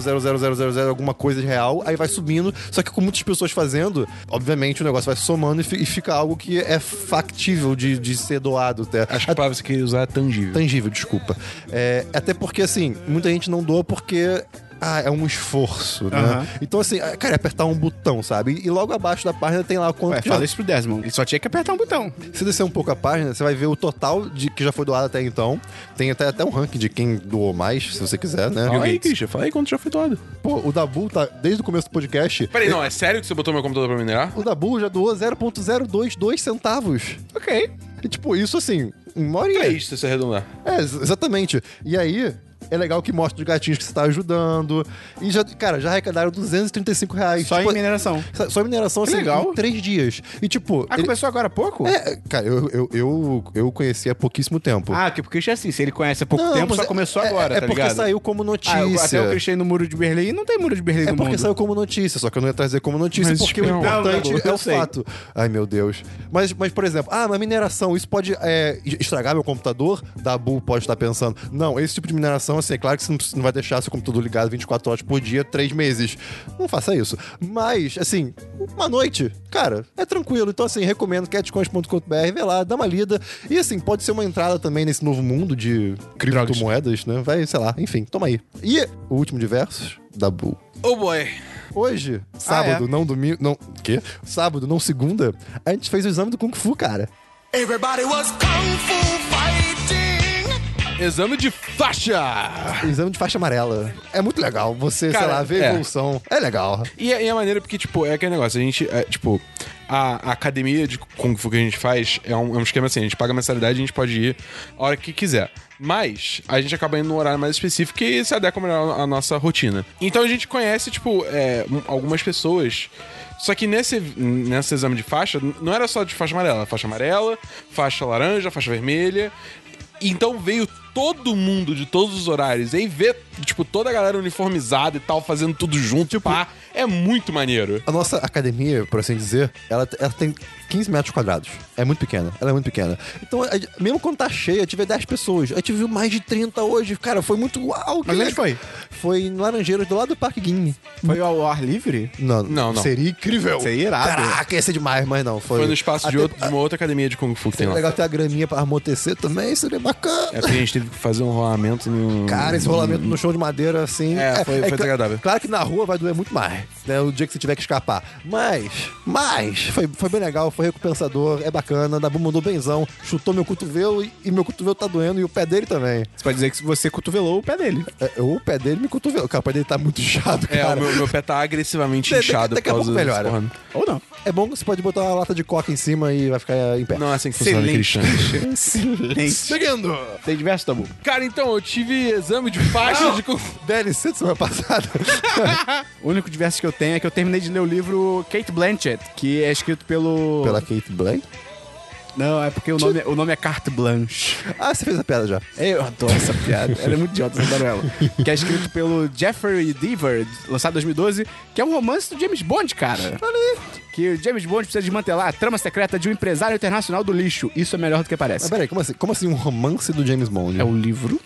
[SPEAKER 2] 0.00000 alguma coisa de real, aí vai subindo. Só que com muitas pessoas fazendo, obviamente o negócio vai somando e, fi- e fica algo que é factível de, de ser doado. Até.
[SPEAKER 3] Acho que a palavra que você queria usar é tangível.
[SPEAKER 2] Tangível, desculpa. É, até porque, assim, muita gente não doa porque. Ah, é um esforço, né?
[SPEAKER 1] Aham.
[SPEAKER 2] Então, assim, cara, é apertar um botão, sabe? E logo abaixo da página tem lá quanto
[SPEAKER 1] Ué,
[SPEAKER 2] que
[SPEAKER 1] É,
[SPEAKER 2] já-
[SPEAKER 1] fala isso pro Desmond. Ele só tinha que apertar um botão.
[SPEAKER 2] se descer um pouco a página, você vai ver o total de que já foi doado até então. Tem até, até um ranking de quem doou mais, se você quiser, né?
[SPEAKER 3] Fala aí, Christian, fala aí quanto já foi doado.
[SPEAKER 2] Pô, o Dabu tá desde o começo do podcast.
[SPEAKER 3] Peraí, não, é sério que você botou meu computador pra minerar?
[SPEAKER 2] O Dabu já doou 0.022 centavos.
[SPEAKER 1] Ok.
[SPEAKER 2] E, tipo, isso assim, uma horinha.
[SPEAKER 3] Três, se você arredondar.
[SPEAKER 2] É, ex- exatamente. E aí, é legal que mostra os gatinhos que você tá ajudando. E já, cara, já arrecadaram 235 reais.
[SPEAKER 1] Só
[SPEAKER 2] Tipo,
[SPEAKER 1] em mineração.
[SPEAKER 2] só- Só em mineração,
[SPEAKER 1] Que
[SPEAKER 2] assim,
[SPEAKER 1] legal.
[SPEAKER 2] em três dias. E tipo.
[SPEAKER 1] Ah,
[SPEAKER 2] ele-
[SPEAKER 1] começou agora há pouco?
[SPEAKER 2] É, cara, eu, eu, eu, eu conheci há pouquíssimo tempo.
[SPEAKER 1] Ah, que porque é assim, se ele conhece há pouco
[SPEAKER 2] Não,
[SPEAKER 1] tempo,
[SPEAKER 2] mas
[SPEAKER 1] só
[SPEAKER 2] é-
[SPEAKER 1] começou
[SPEAKER 2] é-
[SPEAKER 1] agora,
[SPEAKER 2] é,
[SPEAKER 1] tá
[SPEAKER 2] porque
[SPEAKER 1] ligado?
[SPEAKER 2] saiu
[SPEAKER 1] Ah,
[SPEAKER 2] como
[SPEAKER 1] eu-
[SPEAKER 2] notícia.
[SPEAKER 1] até eu cristei no muro de Berlim. Não tem muro de Berlim
[SPEAKER 2] É
[SPEAKER 1] no
[SPEAKER 2] porque
[SPEAKER 1] mundo.
[SPEAKER 2] saiu como notícia, só que eu não ia trazer como notícia,
[SPEAKER 3] Mas,
[SPEAKER 2] porque
[SPEAKER 3] não,
[SPEAKER 2] o importante
[SPEAKER 1] não, não,
[SPEAKER 2] é
[SPEAKER 1] eu
[SPEAKER 2] o
[SPEAKER 1] sei.
[SPEAKER 2] fato. Ai, meu Deus. Mas, mas, por exemplo, ah, mas mineração, isso pode é, estragar meu computador? Dabu pode estar pensando. Não, esse tipo de mineração, você. Claro que você não precisa- não vai deixar seu computador ligado 24 horas por dia, três meses. Não faça isso. Mas, assim, uma noite, cara, é tranquilo. Então, assim, recomendo catcoins.com.br, vê lá, dá uma lida. E, assim, pode ser uma entrada também nesse novo mundo de criptomoedas, né? Vai, sei lá, enfim, toma aí. E o último de versos, da Bull.
[SPEAKER 3] Oh boy.
[SPEAKER 2] Hoje,
[SPEAKER 3] Ah, é?
[SPEAKER 2] sábado, não domingo, não... Quê? Sábado, não segunda, a gente fez o exame do Kung Fu, cara.
[SPEAKER 3] Exame de faixa!
[SPEAKER 2] Exame de faixa amarela. É muito legal. Você,
[SPEAKER 3] Cara,
[SPEAKER 2] sei lá, vê a
[SPEAKER 3] é.
[SPEAKER 2] evolução. É legal.
[SPEAKER 3] E é, e é maneiro porque, tipo, é aquele negócio, a gente, é, tipo, a, a academia de Kung Fu que a gente faz é um, é um esquema assim, a gente paga a mensalidade e a gente pode ir a hora que quiser. Mas a gente acaba indo num horário mais específico e se adequa melhor à nossa rotina. Então a gente conhece, tipo, é, um- algumas pessoas. Só que nesse, nesse exame de faixa, n- não era só de faixa amarela, era faixa amarela, faixa laranja, faixa vermelha. Então veio todo mundo de todos os horários. E aí ver, tipo, toda a galera uniformizada e tal, fazendo tudo junto, tipo, pá, é muito maneiro.
[SPEAKER 2] A nossa academia, por assim dizer, ela, ela tem 15 metros quadrados. É muito pequena. Ela é muito pequena. Então, a- mesmo quando tá cheia, tive 10 pessoas. A gente viu mais de 30 hoje. Cara, foi muito uau. que
[SPEAKER 1] Mas onde
[SPEAKER 2] legal.
[SPEAKER 1] foi?
[SPEAKER 2] Foi em Laranjeiras, do lado do Parque Guinhe.
[SPEAKER 1] Foi ao ar livre?
[SPEAKER 2] Não,
[SPEAKER 3] Não, não.
[SPEAKER 2] Seria incrível.
[SPEAKER 1] Seria irado.
[SPEAKER 2] Caraca, ia ser demais, mas não. Foi,
[SPEAKER 3] Foi no espaço de,
[SPEAKER 2] Até-
[SPEAKER 3] outro- de uma outra academia de Kung Fu que tem
[SPEAKER 2] Seria
[SPEAKER 3] lá.
[SPEAKER 2] É legal ter a graninha pra amortecer também. Seria bacana.
[SPEAKER 3] É porque a gente teve que fazer um rolamento no.
[SPEAKER 2] Cara, esse rolamento no chão de madeira, assim.
[SPEAKER 3] É, foi- foi
[SPEAKER 2] cla-
[SPEAKER 3] desagradável.
[SPEAKER 2] Claro que na rua vai doer muito mais, né? O dia que você tiver que escapar. Mas, mas, foi, foi bem legal, foi recompensador, é bacana. Dabu mandou benzão, chutou meu cotovelo e, e meu cotovelo tá doendo e o pé dele também.
[SPEAKER 1] Você pode dizer que você cotovelou o pé dele.
[SPEAKER 2] É, o pé dele me cotovelo. Cara, o pé dele tá muito inchado,
[SPEAKER 3] É,
[SPEAKER 2] cara.
[SPEAKER 3] o meu, meu pé tá agressivamente
[SPEAKER 2] Daqui-
[SPEAKER 3] inchado
[SPEAKER 2] daqui a pouco
[SPEAKER 3] dessa
[SPEAKER 2] melhora.
[SPEAKER 3] porra.
[SPEAKER 1] Ou não.
[SPEAKER 2] É bom que você pode botar uma lata de coca em cima e vai ficar em pé.
[SPEAKER 3] Não é assim que funciona, Cristiano.
[SPEAKER 1] Excelente.
[SPEAKER 2] Seguindo!
[SPEAKER 1] Tem diversos tabu.
[SPEAKER 3] Cara, então, eu tive exame de faixa de Kung Fu.
[SPEAKER 2] DLC de semana passada.
[SPEAKER 1] O único diverso que eu tenho é que eu terminei de ler o livro Kate Blanchett, que é escrito pelo.
[SPEAKER 2] Pela Kate Blank.
[SPEAKER 1] Não, é porque o nome, o nome é Carte Blanche.
[SPEAKER 2] Ah, você fez a piada já.
[SPEAKER 1] Eu adoro essa piada. Ela é muito idiota, eu adoro ela. Que é escrito pelo Jeffrey Deaver, lançado em 2012, que é um romance do James Bond, cara. Que o James Bond precisa desmantelar a trama secreta de um empresário internacional do lixo. Isso é melhor do que
[SPEAKER 2] Mas
[SPEAKER 1] parece.
[SPEAKER 2] peraí, como assim? Como assim um romance do James Bond?
[SPEAKER 1] É o livro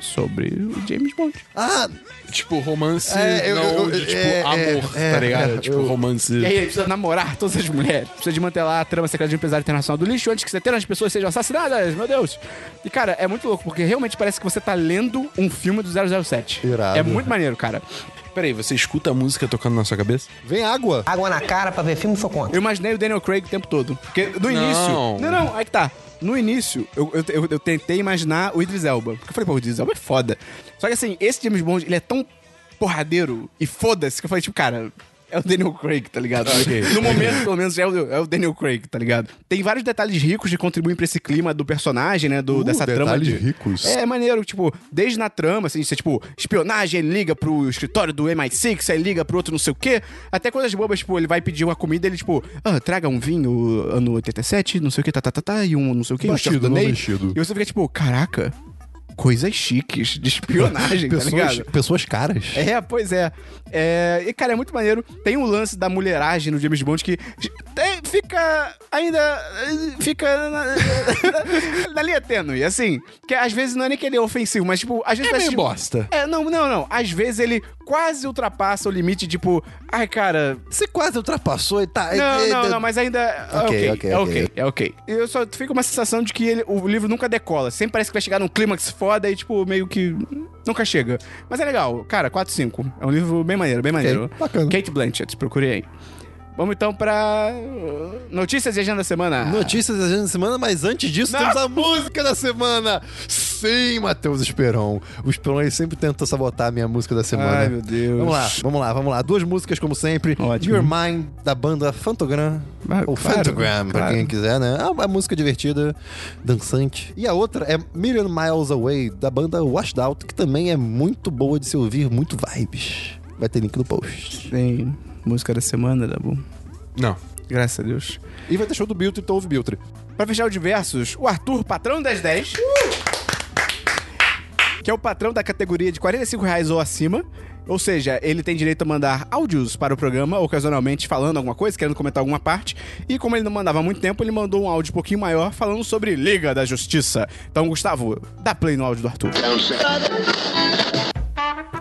[SPEAKER 1] sobre o James Bond.
[SPEAKER 2] Ah,
[SPEAKER 3] Tipo, romance.
[SPEAKER 2] É, eu-
[SPEAKER 3] não,
[SPEAKER 2] eu-
[SPEAKER 3] de, tipo,
[SPEAKER 2] é,
[SPEAKER 3] amor,
[SPEAKER 2] é,
[SPEAKER 3] tá ligado?
[SPEAKER 2] é,
[SPEAKER 3] tipo,
[SPEAKER 2] eu-
[SPEAKER 3] romance.
[SPEAKER 1] E aí ele precisa namorar todas as mulheres. Precisa desmantelar a trama secreta de um empresário internacional do lixo antes que 70 pessoas sejam assassinadas, meu Deus. E, cara, é muito louco, porque realmente parece que você tá lendo um filme do 007.
[SPEAKER 2] Irado.
[SPEAKER 1] É muito maneiro, cara.
[SPEAKER 3] Peraí, você escuta a música tocando na sua cabeça?
[SPEAKER 2] vem água.
[SPEAKER 6] Água na cara pra ver filme, sou contra.
[SPEAKER 1] Eu imaginei o Daniel Craig o tempo todo. Porque no
[SPEAKER 3] Não.
[SPEAKER 1] início... Não, não, aí que tá. No início, eu, eu, eu- eu tentei imaginar o Idris Elba. Porque eu falei, pô, o Idris Elba é foda. Só que, assim, esse James Bond, ele é tão porradeiro e foda-se que eu falei, tipo, cara... É o Daniel Craig, tá ligado?
[SPEAKER 2] Ah,
[SPEAKER 3] Ok.
[SPEAKER 1] No momento, pelo menos, é o, é o Daniel Craig, tá ligado? Tem vários detalhes ricos que contribuem pra esse clima do personagem, né? Do,
[SPEAKER 2] Uh,
[SPEAKER 1] dessa trama
[SPEAKER 2] detalhes
[SPEAKER 1] de...
[SPEAKER 2] ricos.
[SPEAKER 1] É maneiro, tipo, desde na trama, assim, você, tipo, espionagem, ele liga pro escritório do MI6, aí liga pro outro não sei o quê, até coisas bobas, tipo, ele vai pedir uma comida, ele, tipo, ah, traga um vinho ano 87, não sei o que, tá, tá, tá, tá, e um não sei o que,
[SPEAKER 2] Batido,
[SPEAKER 1] um Chardonnay.
[SPEAKER 2] não mexido.
[SPEAKER 1] E você fica, tipo, caraca, coisas chiques de espionagem, tá
[SPEAKER 2] pessoas,
[SPEAKER 1] ligado?
[SPEAKER 2] pessoas caras.
[SPEAKER 1] É, pois é. É, E, cara, é muito maneiro. Tem um lance da mulheragem no James Bond que tem- fica ainda. eh, Fica. Na, na- na linha tênue, assim. Que às vezes não é nem que ele é ofensivo, mas, tipo, às vezes.
[SPEAKER 3] É
[SPEAKER 1] parece,
[SPEAKER 3] meio
[SPEAKER 1] tipo,
[SPEAKER 3] bosta.
[SPEAKER 1] É, não, não, não. Às vezes ele quase ultrapassa o limite, tipo, ai, cara.
[SPEAKER 2] Você quase ultrapassou e tá.
[SPEAKER 1] Não,
[SPEAKER 2] é-
[SPEAKER 1] não,
[SPEAKER 2] é-
[SPEAKER 1] não, mas ainda. é Ok,
[SPEAKER 2] Ok, ok,
[SPEAKER 1] é
[SPEAKER 2] ok.
[SPEAKER 1] ok, é ok. Eu só fico com uma sensação de que ele- o livro nunca decola. Sempre parece que vai chegar num clímax foda e, tipo, meio que. Nunca chega. Mas é legal. Cara, 4 5. É um livro bem maneiro, bem maneiro.
[SPEAKER 2] bacana.
[SPEAKER 1] Kate Blanchett, procurei aí. Vamos então pra. uh, Notícias e agenda da semana.
[SPEAKER 2] Notícias da agenda da semana, mas antes disso
[SPEAKER 1] Não.
[SPEAKER 2] temos a música da semana! Sim, Matheus Esperon. O Esperon ele sempre tenta sabotar a minha música da semana.
[SPEAKER 1] Ai, meu Deus.
[SPEAKER 2] Vamos lá, vamos lá, vamos lá. Duas músicas, como sempre.
[SPEAKER 1] Ótimo.
[SPEAKER 2] Your Mind, da banda Fantogram.
[SPEAKER 1] Ah,
[SPEAKER 2] ou
[SPEAKER 1] claro,
[SPEAKER 2] Fantogram, pra
[SPEAKER 1] claro.
[SPEAKER 2] quem quiser, né? É uma música divertida, dançante. E a outra é Million Miles Away, da banda Washed Out, que também é muito boa de se ouvir, muito vibes. Vai ter link no post.
[SPEAKER 1] Tem música da semana, tá bom?
[SPEAKER 3] Não.
[SPEAKER 1] Graças a Deus.
[SPEAKER 2] E vai ter show do Biltre, então ouve Biltre.
[SPEAKER 1] Pra fechar o diversos, o Arthur, patrão das 10. que é o patrão da categoria de R$ 45 reais ou acima. Ou seja, ele tem direito a mandar áudios para o programa, ocasionalmente falando alguma coisa, querendo comentar alguma parte. E como ele não mandava há muito tempo, ele mandou um áudio um pouquinho maior falando sobre Liga da Justiça. Então, Gustavo, dá play no áudio do Arthur.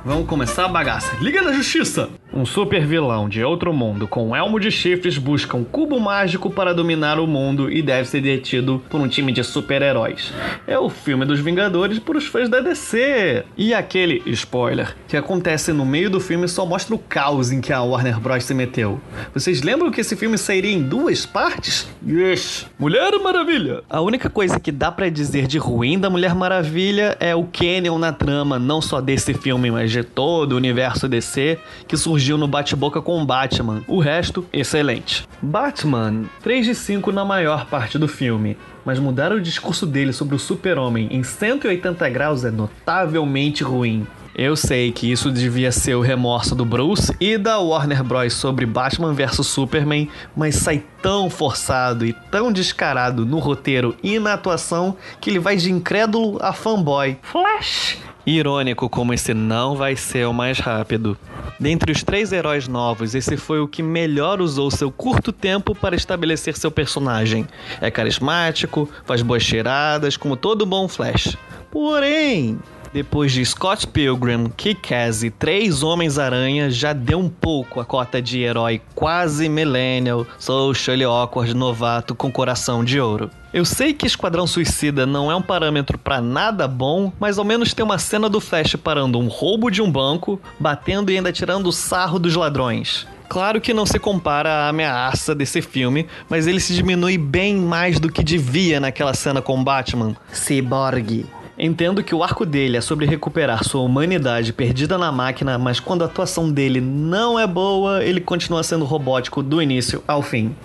[SPEAKER 7] Vamos começar a bagaça. Liga da Justiça! Um super vilão de outro mundo com um elmo de chifres busca um cubo mágico para dominar o mundo e deve ser detido por um time de super-heróis. É o filme dos Vingadores por os fãs da DC. E aquele spoiler que acontece no meio do filme só mostra o caos em que a Warner Bros. se meteu. Vocês lembram que esse filme sairia em duas partes? Yes! Mulher Maravilha! A única coisa que dá pra dizer de ruim da Mulher Maravilha é o Canyon na trama, não só desse filme, mas de todo o universo DC que surgiu no bate-boca com Batman. O resto, excelente. Batman, 3 de 5 na maior parte do filme. Mas mudar o discurso dele sobre o super-homem em 180 graus é notavelmente ruim. Eu sei que isso devia ser o remorso do Bruce e da Warner Bros. sobre Batman vs Superman, mas sai tão forçado e tão descarado no roteiro e na atuação que ele vai de incrédulo a fanboy. Flash! Irônico como esse não vai ser o mais rápido. Dentre os três heróis novos, esse foi o que melhor usou seu curto tempo para estabelecer seu personagem. É carismático, faz boas tiradas, como todo bom Flash. Porém, depois de Scott Pilgrim, Kick-Ass e Três Homens-Aranha, já deu um pouco a cota de herói quase millennial, socially awkward, novato com coração de ouro. Eu sei que Esquadrão Suicida não é um parâmetro pra nada bom, mas ao menos tem uma cena do Flash parando um roubo de um banco, batendo e ainda tirando o sarro dos ladrões. Claro que não se compara à ameaça desse filme, mas ele se diminui bem mais do que devia naquela cena com Batman. Cyborg. Entendo que o arco dele é sobre recuperar sua humanidade perdida na máquina, mas quando a atuação dele não é boa, ele continua sendo robótico do início ao fim.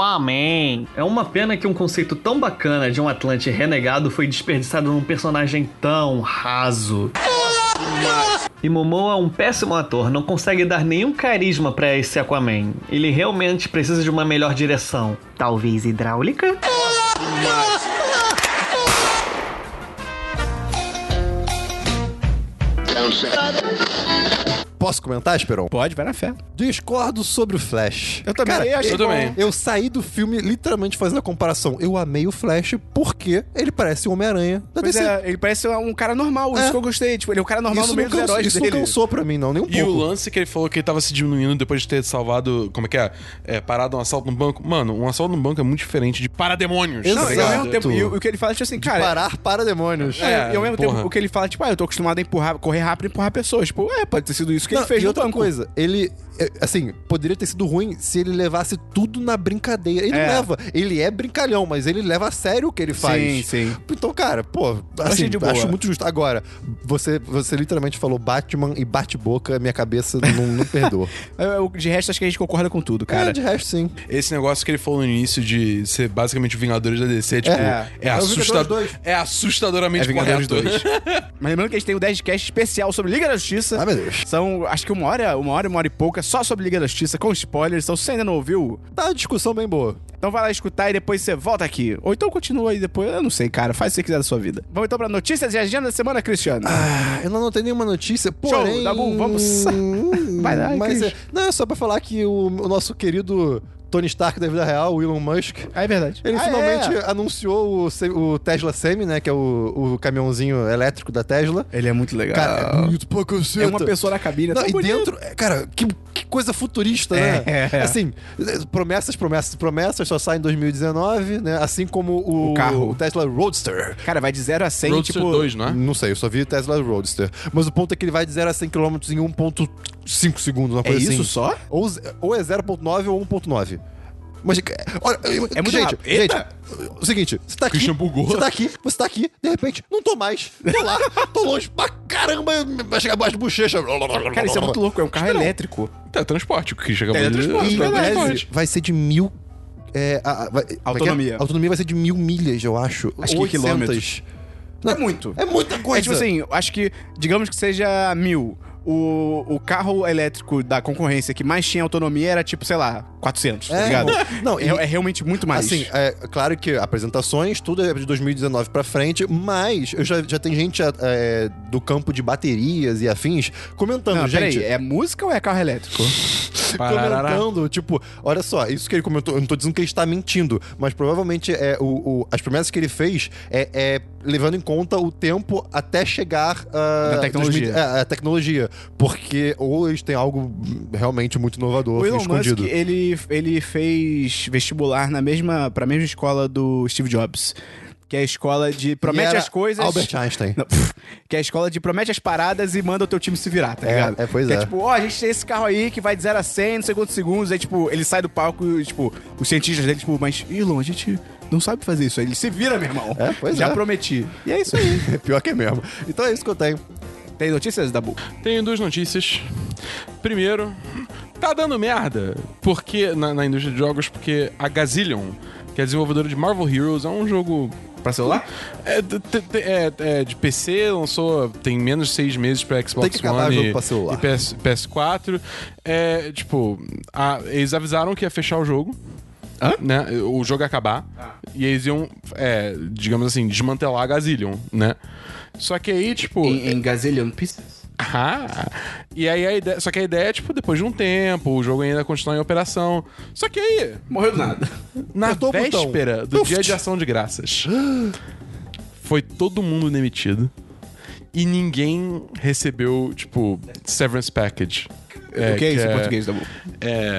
[SPEAKER 7] Aquaman! É uma pena que um conceito tão bacana de um Atlante renegado foi desperdiçado num personagem tão raso. E Momoa é um péssimo ator, não consegue dar nenhum carisma pra esse Aquaman. Ele realmente precisa de uma melhor direção. Talvez hidráulica?
[SPEAKER 2] Posso comentar, Esperon?
[SPEAKER 1] Pode, vai na fé.
[SPEAKER 2] Discordo sobre o Flash.
[SPEAKER 1] Eu também acho
[SPEAKER 2] É
[SPEAKER 3] eu também.
[SPEAKER 2] Eu saí do filme literalmente fazendo a comparação. Eu amei o Flash porque ele parece o Homem-Aranha da
[SPEAKER 1] Pois
[SPEAKER 2] DC.
[SPEAKER 1] é, ele parece um cara normal,
[SPEAKER 2] É.
[SPEAKER 1] isso que eu gostei. Tipo, ele é um cara normal
[SPEAKER 2] isso
[SPEAKER 1] no meio
[SPEAKER 2] nunca,
[SPEAKER 1] dos heróis
[SPEAKER 2] isso
[SPEAKER 1] dele.
[SPEAKER 2] nunca cansou pra mim, não, nem um
[SPEAKER 3] E
[SPEAKER 2] pouco.
[SPEAKER 3] o lance que ele falou que ele tava se diminuindo depois de ter salvado, como é que é? É, parado um assalto no banco. Mano, um assalto no banco é muito diferente de tá parademônios.
[SPEAKER 1] Não, e ao
[SPEAKER 2] Exato.
[SPEAKER 1] mesmo tempo, e, o- e o que ele fala, tipo assim, cara.
[SPEAKER 2] Parar para demônios.
[SPEAKER 1] É,
[SPEAKER 3] É,
[SPEAKER 1] e ao mesmo
[SPEAKER 3] porra.
[SPEAKER 1] tempo, o que ele fala, tipo, ah, eu tô acostumado a empurrar, correr rápido e empurrar pessoas. Tipo, é, pode ter sido isso que
[SPEAKER 2] Não,
[SPEAKER 1] ele fez
[SPEAKER 2] e
[SPEAKER 1] no
[SPEAKER 2] outra
[SPEAKER 1] banco.
[SPEAKER 2] coisa, ele, é, assim, poderia ter sido ruim se ele levasse tudo na brincadeira. Ele
[SPEAKER 1] É.
[SPEAKER 2] leva, ele é brincalhão, mas ele leva a sério o que ele faz.
[SPEAKER 1] Sim, sim.
[SPEAKER 2] Então, cara, pô, assim,
[SPEAKER 1] Achei de boa.
[SPEAKER 2] acho muito justo. Agora, você, você literalmente falou Batman e bate-boca, minha cabeça não, não perdoa.
[SPEAKER 1] Eu- É, eu- De resto, acho que a gente concorda com tudo, cara.
[SPEAKER 2] é, de resto, sim.
[SPEAKER 3] Esse negócio que ele falou no início de ser basicamente o Vingadores da DC, tipo,
[SPEAKER 1] É.
[SPEAKER 3] é,
[SPEAKER 2] É o Vingadores
[SPEAKER 3] assustador.
[SPEAKER 2] dois.
[SPEAKER 3] É assustadoramente
[SPEAKER 1] É Vingadores
[SPEAKER 3] correto.
[SPEAKER 1] 2. Mas lembrando que a gente tem o 10 cast especial sobre Liga da Justiça.
[SPEAKER 2] Ah, meu Deus.
[SPEAKER 1] São, acho que uma hora, uma hora, uma hora e pouca, só sobre Liga da Justiça, com spoilers. Então, se você ainda não ouviu,
[SPEAKER 2] Tá uma discussão bem boa.
[SPEAKER 1] então vai lá escutar e depois você volta aqui. Ou então continua aí depois, eu não sei, cara. Faz o que você quiser da sua vida. Vamos então pra notícias e agenda da semana, Cristiano.
[SPEAKER 2] Ah, eu não anotei nenhuma notícia, porém...
[SPEAKER 1] Dabu, vamos. Vai lá,
[SPEAKER 2] mas
[SPEAKER 1] Cris.
[SPEAKER 2] é, Não, é só pra falar que o, o nosso querido Tony Stark da vida real, o Elon Musk,
[SPEAKER 1] Ah, é verdade.
[SPEAKER 2] Ele
[SPEAKER 1] Ah,
[SPEAKER 2] finalmente
[SPEAKER 1] é.
[SPEAKER 2] anunciou o, Se- o Tesla Semi, né? Que é o, o caminhãozinho elétrico da Tesla.
[SPEAKER 1] Ele é muito legal.
[SPEAKER 2] Cara, é muito pra caceta.
[SPEAKER 1] É uma pessoa na cabine, é
[SPEAKER 2] Não,
[SPEAKER 1] tão
[SPEAKER 2] e
[SPEAKER 1] bonito.
[SPEAKER 2] dentro, é, cara, que, que coisa futurista, né?
[SPEAKER 1] É.
[SPEAKER 2] Assim, é, promessas, promessas, promessas, só sai em 2019, né? Assim como o,
[SPEAKER 1] O carro.
[SPEAKER 2] o Tesla Roadster.
[SPEAKER 1] Cara, vai de 0 a 100,
[SPEAKER 3] Roadster
[SPEAKER 1] tipo...
[SPEAKER 3] 2, não é?
[SPEAKER 2] Não sei, eu só vi o Tesla Roadster. Mas o ponto é que ele vai de 0 a 100 km em 1.5 segundos, uma
[SPEAKER 1] É
[SPEAKER 2] coisa
[SPEAKER 1] isso
[SPEAKER 2] assim.
[SPEAKER 1] só?
[SPEAKER 2] Ou, ze- ou é 0.9 ou 1.9. Mas, é, olha,
[SPEAKER 1] É muito
[SPEAKER 2] gente,
[SPEAKER 1] rápido.
[SPEAKER 2] gente,
[SPEAKER 1] Eita!
[SPEAKER 2] o seguinte, você tá aqui,
[SPEAKER 3] Christian bugou.
[SPEAKER 2] você tá aqui, você tá aqui, de repente, não tô mais, tô lá, tô longe pra caramba, vai chegar abaixo de bochecha.
[SPEAKER 1] Cara, isso é muito louco, é um carro elétrico.
[SPEAKER 3] Tá, transporte, o que chegamos de
[SPEAKER 1] Teletransporte,
[SPEAKER 2] E,
[SPEAKER 1] é
[SPEAKER 2] em
[SPEAKER 1] verdade.
[SPEAKER 2] tese, vai ser de mil... é, a- a- vai- como é que é?
[SPEAKER 1] Autonomia.
[SPEAKER 2] autonomia vai ser de mil milhas, eu acho.
[SPEAKER 1] Acho que
[SPEAKER 2] Ou
[SPEAKER 1] quilômetros.
[SPEAKER 2] Não,
[SPEAKER 1] É muito.
[SPEAKER 2] É muita coisa.
[SPEAKER 1] É tipo assim, eu acho que, digamos que seja mil. O, o carro elétrico da concorrência que mais tinha autonomia era tipo, sei lá, 400, tá
[SPEAKER 2] É,
[SPEAKER 1] ligado?
[SPEAKER 2] irmão. Não,
[SPEAKER 1] é,
[SPEAKER 2] e-
[SPEAKER 1] é realmente muito mais.
[SPEAKER 2] Assim, é claro que apresentações, tudo é de 2019 pra frente, mas eu já, já tem gente é, do campo de baterias e afins comentando,
[SPEAKER 1] não,
[SPEAKER 2] gente.
[SPEAKER 1] peraí, é música ou é carro elétrico?
[SPEAKER 3] é, Parará.
[SPEAKER 2] comentando, tipo, olha só, isso que ele comentou, eu não tô dizendo que ele está mentindo, mas provavelmente é o, o- as promessas que ele fez é, é levando em conta o tempo até chegar ah,
[SPEAKER 1] Da tecnologia.
[SPEAKER 2] 2000 é, a tecnologia, porque ou eles têm algo realmente muito inovador
[SPEAKER 1] O Elon
[SPEAKER 2] escondido.
[SPEAKER 1] Musk, ele, ele fez vestibular na mesma, pra mesma escola do Steve Jobs. Que é a escola de
[SPEAKER 2] E
[SPEAKER 1] promete
[SPEAKER 2] era
[SPEAKER 1] as coisas.
[SPEAKER 2] Albert Einstein.
[SPEAKER 1] Não, pff, que é a escola de promete as paradas e manda o teu time se virar, tá
[SPEAKER 2] É,
[SPEAKER 1] ligado?
[SPEAKER 2] é, pois
[SPEAKER 1] que
[SPEAKER 2] é.
[SPEAKER 1] tipo, ó, a gente tem esse carro aí que vai de 0 a 100, não sei quantos segundos. Aí, tipo, ele sai do palco e, tipo, os cientistas dele, tipo, mas Elon, a gente não sabe fazer isso. Aí ele se vira, meu irmão.
[SPEAKER 2] É, pois
[SPEAKER 1] Já
[SPEAKER 2] é.
[SPEAKER 1] prometi. E é isso aí.
[SPEAKER 2] Pior que é mesmo. Então é isso que eu tenho.
[SPEAKER 1] tem notícias da Bu?
[SPEAKER 3] Tenho duas notícias. Primeiro, tá dando merda porque na, na indústria de jogos, porque a Gazillion, que é desenvolvedora de Marvel Heroes, é um jogo
[SPEAKER 1] Pra celular?
[SPEAKER 3] é, d- t- t- é- é de PC, lançou tem menos de seis meses pra Xbox
[SPEAKER 2] Tem que acabar
[SPEAKER 3] One
[SPEAKER 2] jogo
[SPEAKER 3] e,
[SPEAKER 2] pra celular.
[SPEAKER 3] e PS, PS4. É, tipo, a- eles avisaram que ia fechar o jogo. Né? O jogo ia acabar.
[SPEAKER 2] Ah.
[SPEAKER 3] E eles iam, é, digamos assim, desmantelar a Gazillion, né? Só que aí, tipo.
[SPEAKER 1] em Gazillion Pieces.
[SPEAKER 3] Ah, e aí a ideia. Só que a ideia é, tipo, depois de um tempo, o jogo ainda continua em operação. Só que aí,
[SPEAKER 1] Morreu do nada.
[SPEAKER 3] na
[SPEAKER 2] Apertou o
[SPEAKER 1] então.
[SPEAKER 2] botão.
[SPEAKER 3] véspera do
[SPEAKER 2] Tuft.
[SPEAKER 3] dia de ação de graças, foi todo mundo demitido. E ninguém recebeu, tipo, severance package. É,
[SPEAKER 1] o que é isso em português da Bu?
[SPEAKER 3] É.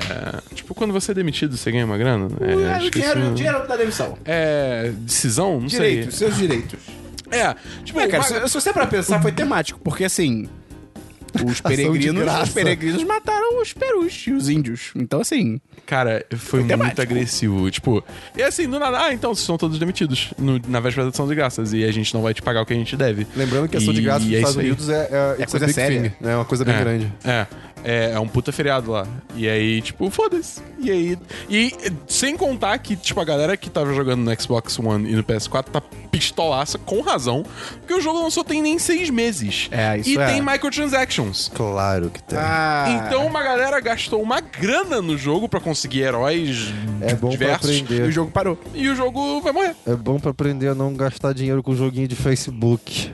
[SPEAKER 3] Tipo, quando você é demitido, você ganha uma grana? É,
[SPEAKER 1] Ah,
[SPEAKER 3] esqueci o nome.
[SPEAKER 1] da demissão.
[SPEAKER 3] É. Decisão? Não
[SPEAKER 1] Direitos,
[SPEAKER 3] sei.
[SPEAKER 1] seus direitos.
[SPEAKER 3] É. Tipo,
[SPEAKER 1] É, cara,
[SPEAKER 3] uma-
[SPEAKER 1] se, se você para pensar, foi temático, porque assim. Os
[SPEAKER 2] de
[SPEAKER 1] peregrinos, os
[SPEAKER 2] graça.
[SPEAKER 1] peregrinos mataram os perus e os índios. Então, assim.
[SPEAKER 3] Cara, foi muito
[SPEAKER 1] temático.
[SPEAKER 3] agressivo. Tipo, e assim, do nada, ah, então vocês são todos demitidos no- na véspera da ação de graças e a gente não vai te pagar o que a gente deve.
[SPEAKER 2] Lembrando que a ação de
[SPEAKER 3] E
[SPEAKER 2] graça dos
[SPEAKER 3] é
[SPEAKER 2] Estados
[SPEAKER 3] isso aí.
[SPEAKER 2] Unidos é, é, it's a
[SPEAKER 1] coisa
[SPEAKER 2] big
[SPEAKER 1] séria.
[SPEAKER 2] thing, né? É uma coisa bem
[SPEAKER 3] é,
[SPEAKER 2] grande.
[SPEAKER 3] É, é, é um puta feriado lá. E aí, tipo, foda-se. E aí, e e, sem contar que, tipo, a galera que tava jogando no Xbox One e no PS4 tá pistolaça, com razão, porque o jogo lançou tem nem seis meses.
[SPEAKER 1] É, isso
[SPEAKER 3] E
[SPEAKER 1] é.
[SPEAKER 3] tem microtransactions.
[SPEAKER 2] Claro que tem.
[SPEAKER 1] Então.
[SPEAKER 3] Então uma galera gastou uma grana no jogo pra conseguir heróis
[SPEAKER 2] É bom pra
[SPEAKER 3] diversos.
[SPEAKER 2] aprender.
[SPEAKER 1] O jogo parou.
[SPEAKER 3] E o jogo vai morrer.
[SPEAKER 2] É bom pra aprender a não gastar dinheiro com joguinho de Facebook.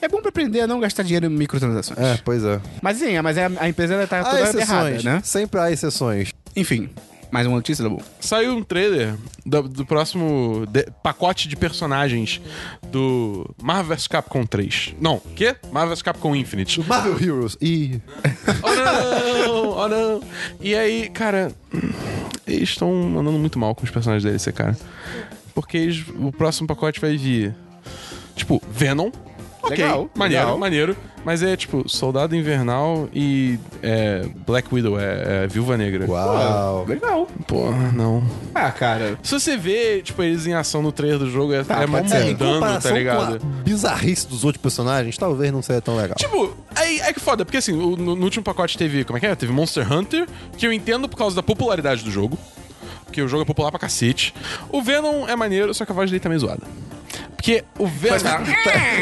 [SPEAKER 1] É bom pra aprender a não gastar dinheiro em microtransações.
[SPEAKER 2] É, pois é.
[SPEAKER 1] Mas sim, é, mas a, a empresa ainda tá
[SPEAKER 2] Há
[SPEAKER 1] toda
[SPEAKER 2] exceções,
[SPEAKER 1] errada, né?
[SPEAKER 2] Sempre há exceções.
[SPEAKER 1] Enfim, mais uma notícia, Dabu.
[SPEAKER 3] Saiu um trailer do, do próximo de- pacote de personagens do Marvel vs Capcom 3. Não, quê? Marvel vs Capcom Infinite.
[SPEAKER 2] Marvel Heroes e
[SPEAKER 3] Oh não! Oh não! E aí, cara, eles estão andando muito mal com os personagens da DLC, cara. Porque eles- o próximo pacote vai vir. Tipo, Venom. Ok,
[SPEAKER 1] Legal,
[SPEAKER 3] maneiro,
[SPEAKER 1] legal.
[SPEAKER 3] maneiro. Mas é tipo, Soldado Invernal e é, Black Widow, é, é Viúva Negra.
[SPEAKER 2] Uau.
[SPEAKER 1] Legal.
[SPEAKER 3] Porra, não.
[SPEAKER 1] Ah, cara.
[SPEAKER 3] Se você vê, tipo, eles em ação no trailer do jogo, é, é mó
[SPEAKER 2] pode ser. Tá, Em
[SPEAKER 3] mundano, tá
[SPEAKER 2] comparação
[SPEAKER 3] ligado?
[SPEAKER 2] com a bizarrice dos outros personagens, talvez não seja tão legal.
[SPEAKER 3] Tipo, aí é que foda, porque assim, o- no, no último pacote teve, como é que é? Teve Monster Hunter, que eu entendo por causa da popularidade do jogo, porque o jogo é popular pra cacete. O Venom é maneiro, só que a voz dele tá meio zoada. Porque o Venom
[SPEAKER 2] tá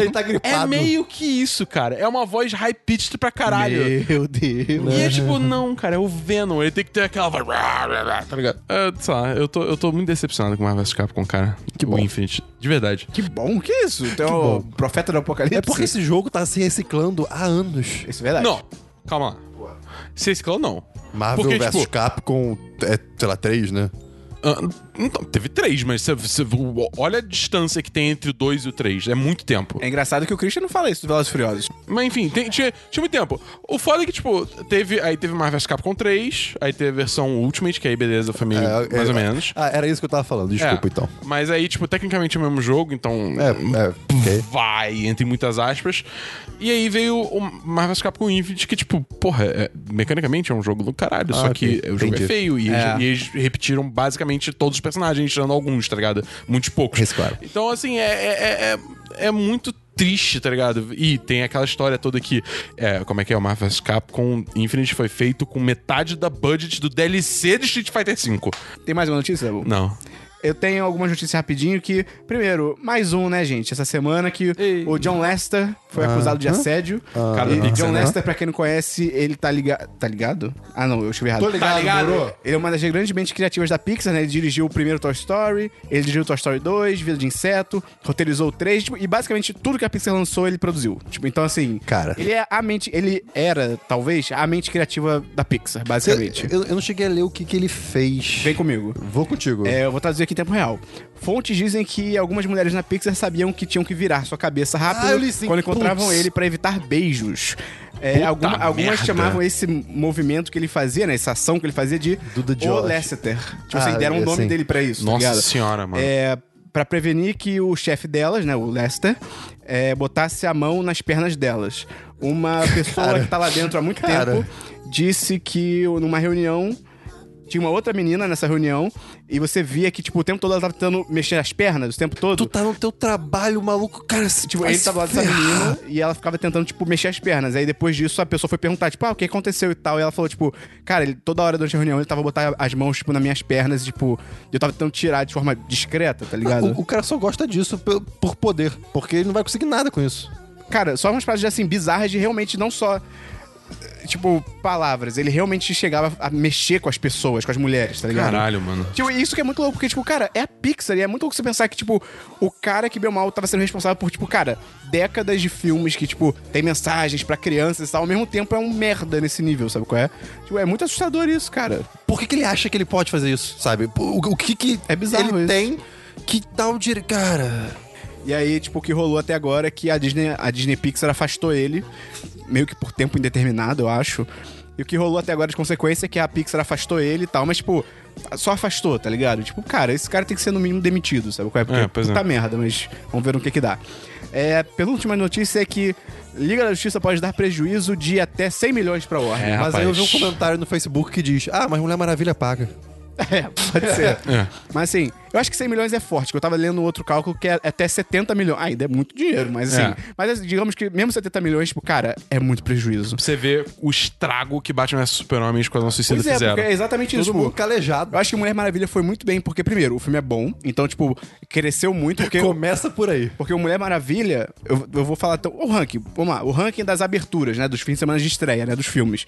[SPEAKER 2] ele tá gripado.
[SPEAKER 3] é meio que isso, cara. É uma voz high-pitched pra caralho.
[SPEAKER 1] Meu Deus.
[SPEAKER 2] Né?
[SPEAKER 3] E é tipo, não, cara, é o Venom. Ele tem que ter aquela voz. Tá ligado? É, sei lá, eu tô, eu tô muito decepcionado com o Marvel vs. Capcom, cara. Que bom. O Infinite. De verdade.
[SPEAKER 1] Que bom que é isso. Então,
[SPEAKER 2] bom.
[SPEAKER 1] profeta do apocalipse.
[SPEAKER 2] É porque esse jogo tá se reciclando há anos.
[SPEAKER 1] Isso é verdade.
[SPEAKER 3] Não, calma lá. Se esse clã, não.
[SPEAKER 2] Marvel
[SPEAKER 3] Porque,
[SPEAKER 2] vs
[SPEAKER 3] tipo-
[SPEAKER 2] Capcom, é, sei lá, 3, né?
[SPEAKER 3] Ah, Então, teve três, mas você, você- olha a distância que tem entre o dois e o três. É muito tempo.
[SPEAKER 1] É engraçado que o Christian não fala isso do Velozes e Furiosos.
[SPEAKER 3] Mas enfim, tem- tinha, tinha muito tempo. O foda é que, tipo, teve. Aí teve Marvel vs Capcom 3, aí teve a versão Ultimate, que aí beleza, foi meio
[SPEAKER 2] É,
[SPEAKER 3] mais
[SPEAKER 2] é,
[SPEAKER 3] ou menos.
[SPEAKER 2] Ah, era isso que eu tava falando, desculpa
[SPEAKER 3] É,
[SPEAKER 2] então.
[SPEAKER 3] Mas aí, tipo, tecnicamente é o mesmo jogo, então.
[SPEAKER 2] É, é, ok.
[SPEAKER 3] Vai, entre muitas aspas. E aí veio o Marvel vs Capcom Infinite, que, tipo, porra, é- mecanicamente é um jogo do caralho. só
[SPEAKER 2] Ah,
[SPEAKER 3] que
[SPEAKER 2] ok.
[SPEAKER 3] o jogo
[SPEAKER 2] Entendi.
[SPEAKER 3] é feio. E,
[SPEAKER 1] É.
[SPEAKER 3] Eles, e eles repetiram basicamente todos os personagens, tirando alguns, tá ligado? Muitos poucos.
[SPEAKER 2] Isso, claro.
[SPEAKER 3] Então, assim, é, é, é, é muito triste, tá ligado? E tem aquela história toda que, é, como é que é, o Marvel vs Capcom Infinite foi feito com metade da budget do DLC de Street Fighter V.
[SPEAKER 1] Tem mais uma notícia, Dabu?
[SPEAKER 3] Não.
[SPEAKER 1] Eu tenho algumas notícias rapidinho que, primeiro, mais um, né, gente? Essa semana que
[SPEAKER 3] Ei.
[SPEAKER 1] o John Lester foi acusado de assédio.
[SPEAKER 3] Cara do
[SPEAKER 1] e
[SPEAKER 3] Pixar,
[SPEAKER 1] John
[SPEAKER 3] né?
[SPEAKER 1] Lester, pra quem não conhece, ele tá ligado. Tá ligado? Ah, não, eu escrevi errado.
[SPEAKER 8] Tô ligado,
[SPEAKER 1] tá ligado?
[SPEAKER 8] moro.
[SPEAKER 1] Ele é uma das grandes mentes criativas da Pixar, né? Ele dirigiu o primeiro Toy Story, ele dirigiu Toy Story 2, Vida de Inseto, roteirizou o 3, tipo, e basicamente tudo que a Pixar lançou, ele produziu. Tipo, então assim.
[SPEAKER 2] Cara.
[SPEAKER 1] Ele é a mente. Ele era, talvez, a mente criativa da Pixar, basicamente.
[SPEAKER 2] Eu, eu não cheguei a ler o que, que ele fez.
[SPEAKER 1] Vem comigo.
[SPEAKER 2] Vou contigo.
[SPEAKER 1] É, eu vou traduzir aqui em tempo real. Fontes dizem que algumas mulheres na Pixar sabiam que tinham que virar sua cabeça rápido
[SPEAKER 2] Ah, eu li sim.
[SPEAKER 1] quando encontravam
[SPEAKER 2] Putz.
[SPEAKER 1] ele pra evitar beijos. É, alguma- algumas
[SPEAKER 3] merda.
[SPEAKER 1] chamavam esse movimento que ele fazia, né? Essa ação que ele fazia de
[SPEAKER 2] Duda de
[SPEAKER 1] O
[SPEAKER 2] Oz.
[SPEAKER 1] Lasseter. Tipo assim,
[SPEAKER 2] Ah,
[SPEAKER 1] deram o nome
[SPEAKER 2] assim.
[SPEAKER 1] dele pra isso. tá
[SPEAKER 3] Nossa
[SPEAKER 1] ligado?
[SPEAKER 3] senhora, mano.
[SPEAKER 1] É, pra prevenir que o chefe delas, né, o Lester, é, botasse a mão nas pernas delas. Uma pessoa que tá lá dentro há muito
[SPEAKER 2] cara.
[SPEAKER 1] tempo disse que numa reunião tinha uma outra menina nessa reunião e você via que, tipo, o tempo todo ela tava tentando mexer as pernas, o tempo todo.
[SPEAKER 2] Tu tá no teu trabalho, maluco, cara.
[SPEAKER 1] Tipo,
[SPEAKER 2] tá
[SPEAKER 1] ele tava do lado dessa menina e ela ficava tentando, tipo, mexer as pernas. Aí depois disso a pessoa foi perguntar, tipo, ah, o que aconteceu e tal. E ela falou, tipo, cara, ele, toda hora durante a reunião ele tava botando as mãos, tipo, nas minhas pernas, e, tipo, eu tava tentando tirar de forma discreta, tá ligado?
[SPEAKER 2] O, o cara só gosta disso pe- por poder, porque ele não vai conseguir nada com isso.
[SPEAKER 1] Cara, só umas paradas assim bizarras de realmente não só eh, tipo palavras, ele realmente chegava a mexer com as pessoas, com as mulheres, tá ligado?
[SPEAKER 3] Caralho, mano.
[SPEAKER 1] Tipo, e isso que é muito louco, porque, tipo, cara, é a Pixar, e é muito louco você pensar que, tipo, o cara que, bem ou mal, tava sendo responsável por, tipo, cara, décadas de filmes que, tipo, tem mensagens pra crianças e tal, ao mesmo tempo é um merda nesse nível, sabe qual é? Tipo, é muito assustador isso, cara.
[SPEAKER 2] Por que, que ele acha que ele pode fazer isso, sabe? Por- O, o que que
[SPEAKER 1] É bizarro
[SPEAKER 2] ele
[SPEAKER 1] isso.
[SPEAKER 2] tem que dá o direito... Cara...
[SPEAKER 1] E aí, tipo, o que rolou até agora é que a Disney, a Disney Pixar afastou ele, meio que por tempo indeterminado, eu acho. E o que rolou até agora de consequência é que a Pixar afastou ele e tal, mas, tipo, só afastou, tá ligado? Tipo, cara, esse cara tem que ser no mínimo demitido, sabe? qual é? Porque
[SPEAKER 3] É, pois é.
[SPEAKER 1] puta merda, mas vamos ver no que que dá. É, penúltima notícia é que Liga da Justiça pode dar prejuízo de até 100 milhões pra Warner.
[SPEAKER 3] É,
[SPEAKER 2] Mas aí eu vi um
[SPEAKER 3] Rapaz.
[SPEAKER 2] comentário no Facebook que diz, ah, mas Mulher Maravilha paga.
[SPEAKER 1] É, pode ser.
[SPEAKER 3] É.
[SPEAKER 1] Mas assim, eu acho que 100 milhões é forte, que eu tava lendo um outro cálculo que é até 70 milhões. Ah, Ainda é muito dinheiro, mas assim.
[SPEAKER 3] É.
[SPEAKER 1] Mas assim, digamos que mesmo 70 milhões, tipo, cara, é muito prejuízo.
[SPEAKER 3] Pra você ver o estrago que Batman vs Super-Homem e Esquadrão Suicida
[SPEAKER 1] Pois é,
[SPEAKER 3] fizeram.
[SPEAKER 1] porque é exatamente isso.
[SPEAKER 2] Todo mundo
[SPEAKER 1] Tipo,
[SPEAKER 2] calejado.
[SPEAKER 1] eu acho que Mulher Maravilha foi muito bem, porque, primeiro, o filme é bom, então, tipo, cresceu muito, porque.
[SPEAKER 2] Começa por aí.
[SPEAKER 1] Porque o Mulher Maravilha, eu, eu vou falar. Então, o ranking, vamos lá. O ranking das aberturas, né? Dos fins de semana de estreia, né? Dos filmes.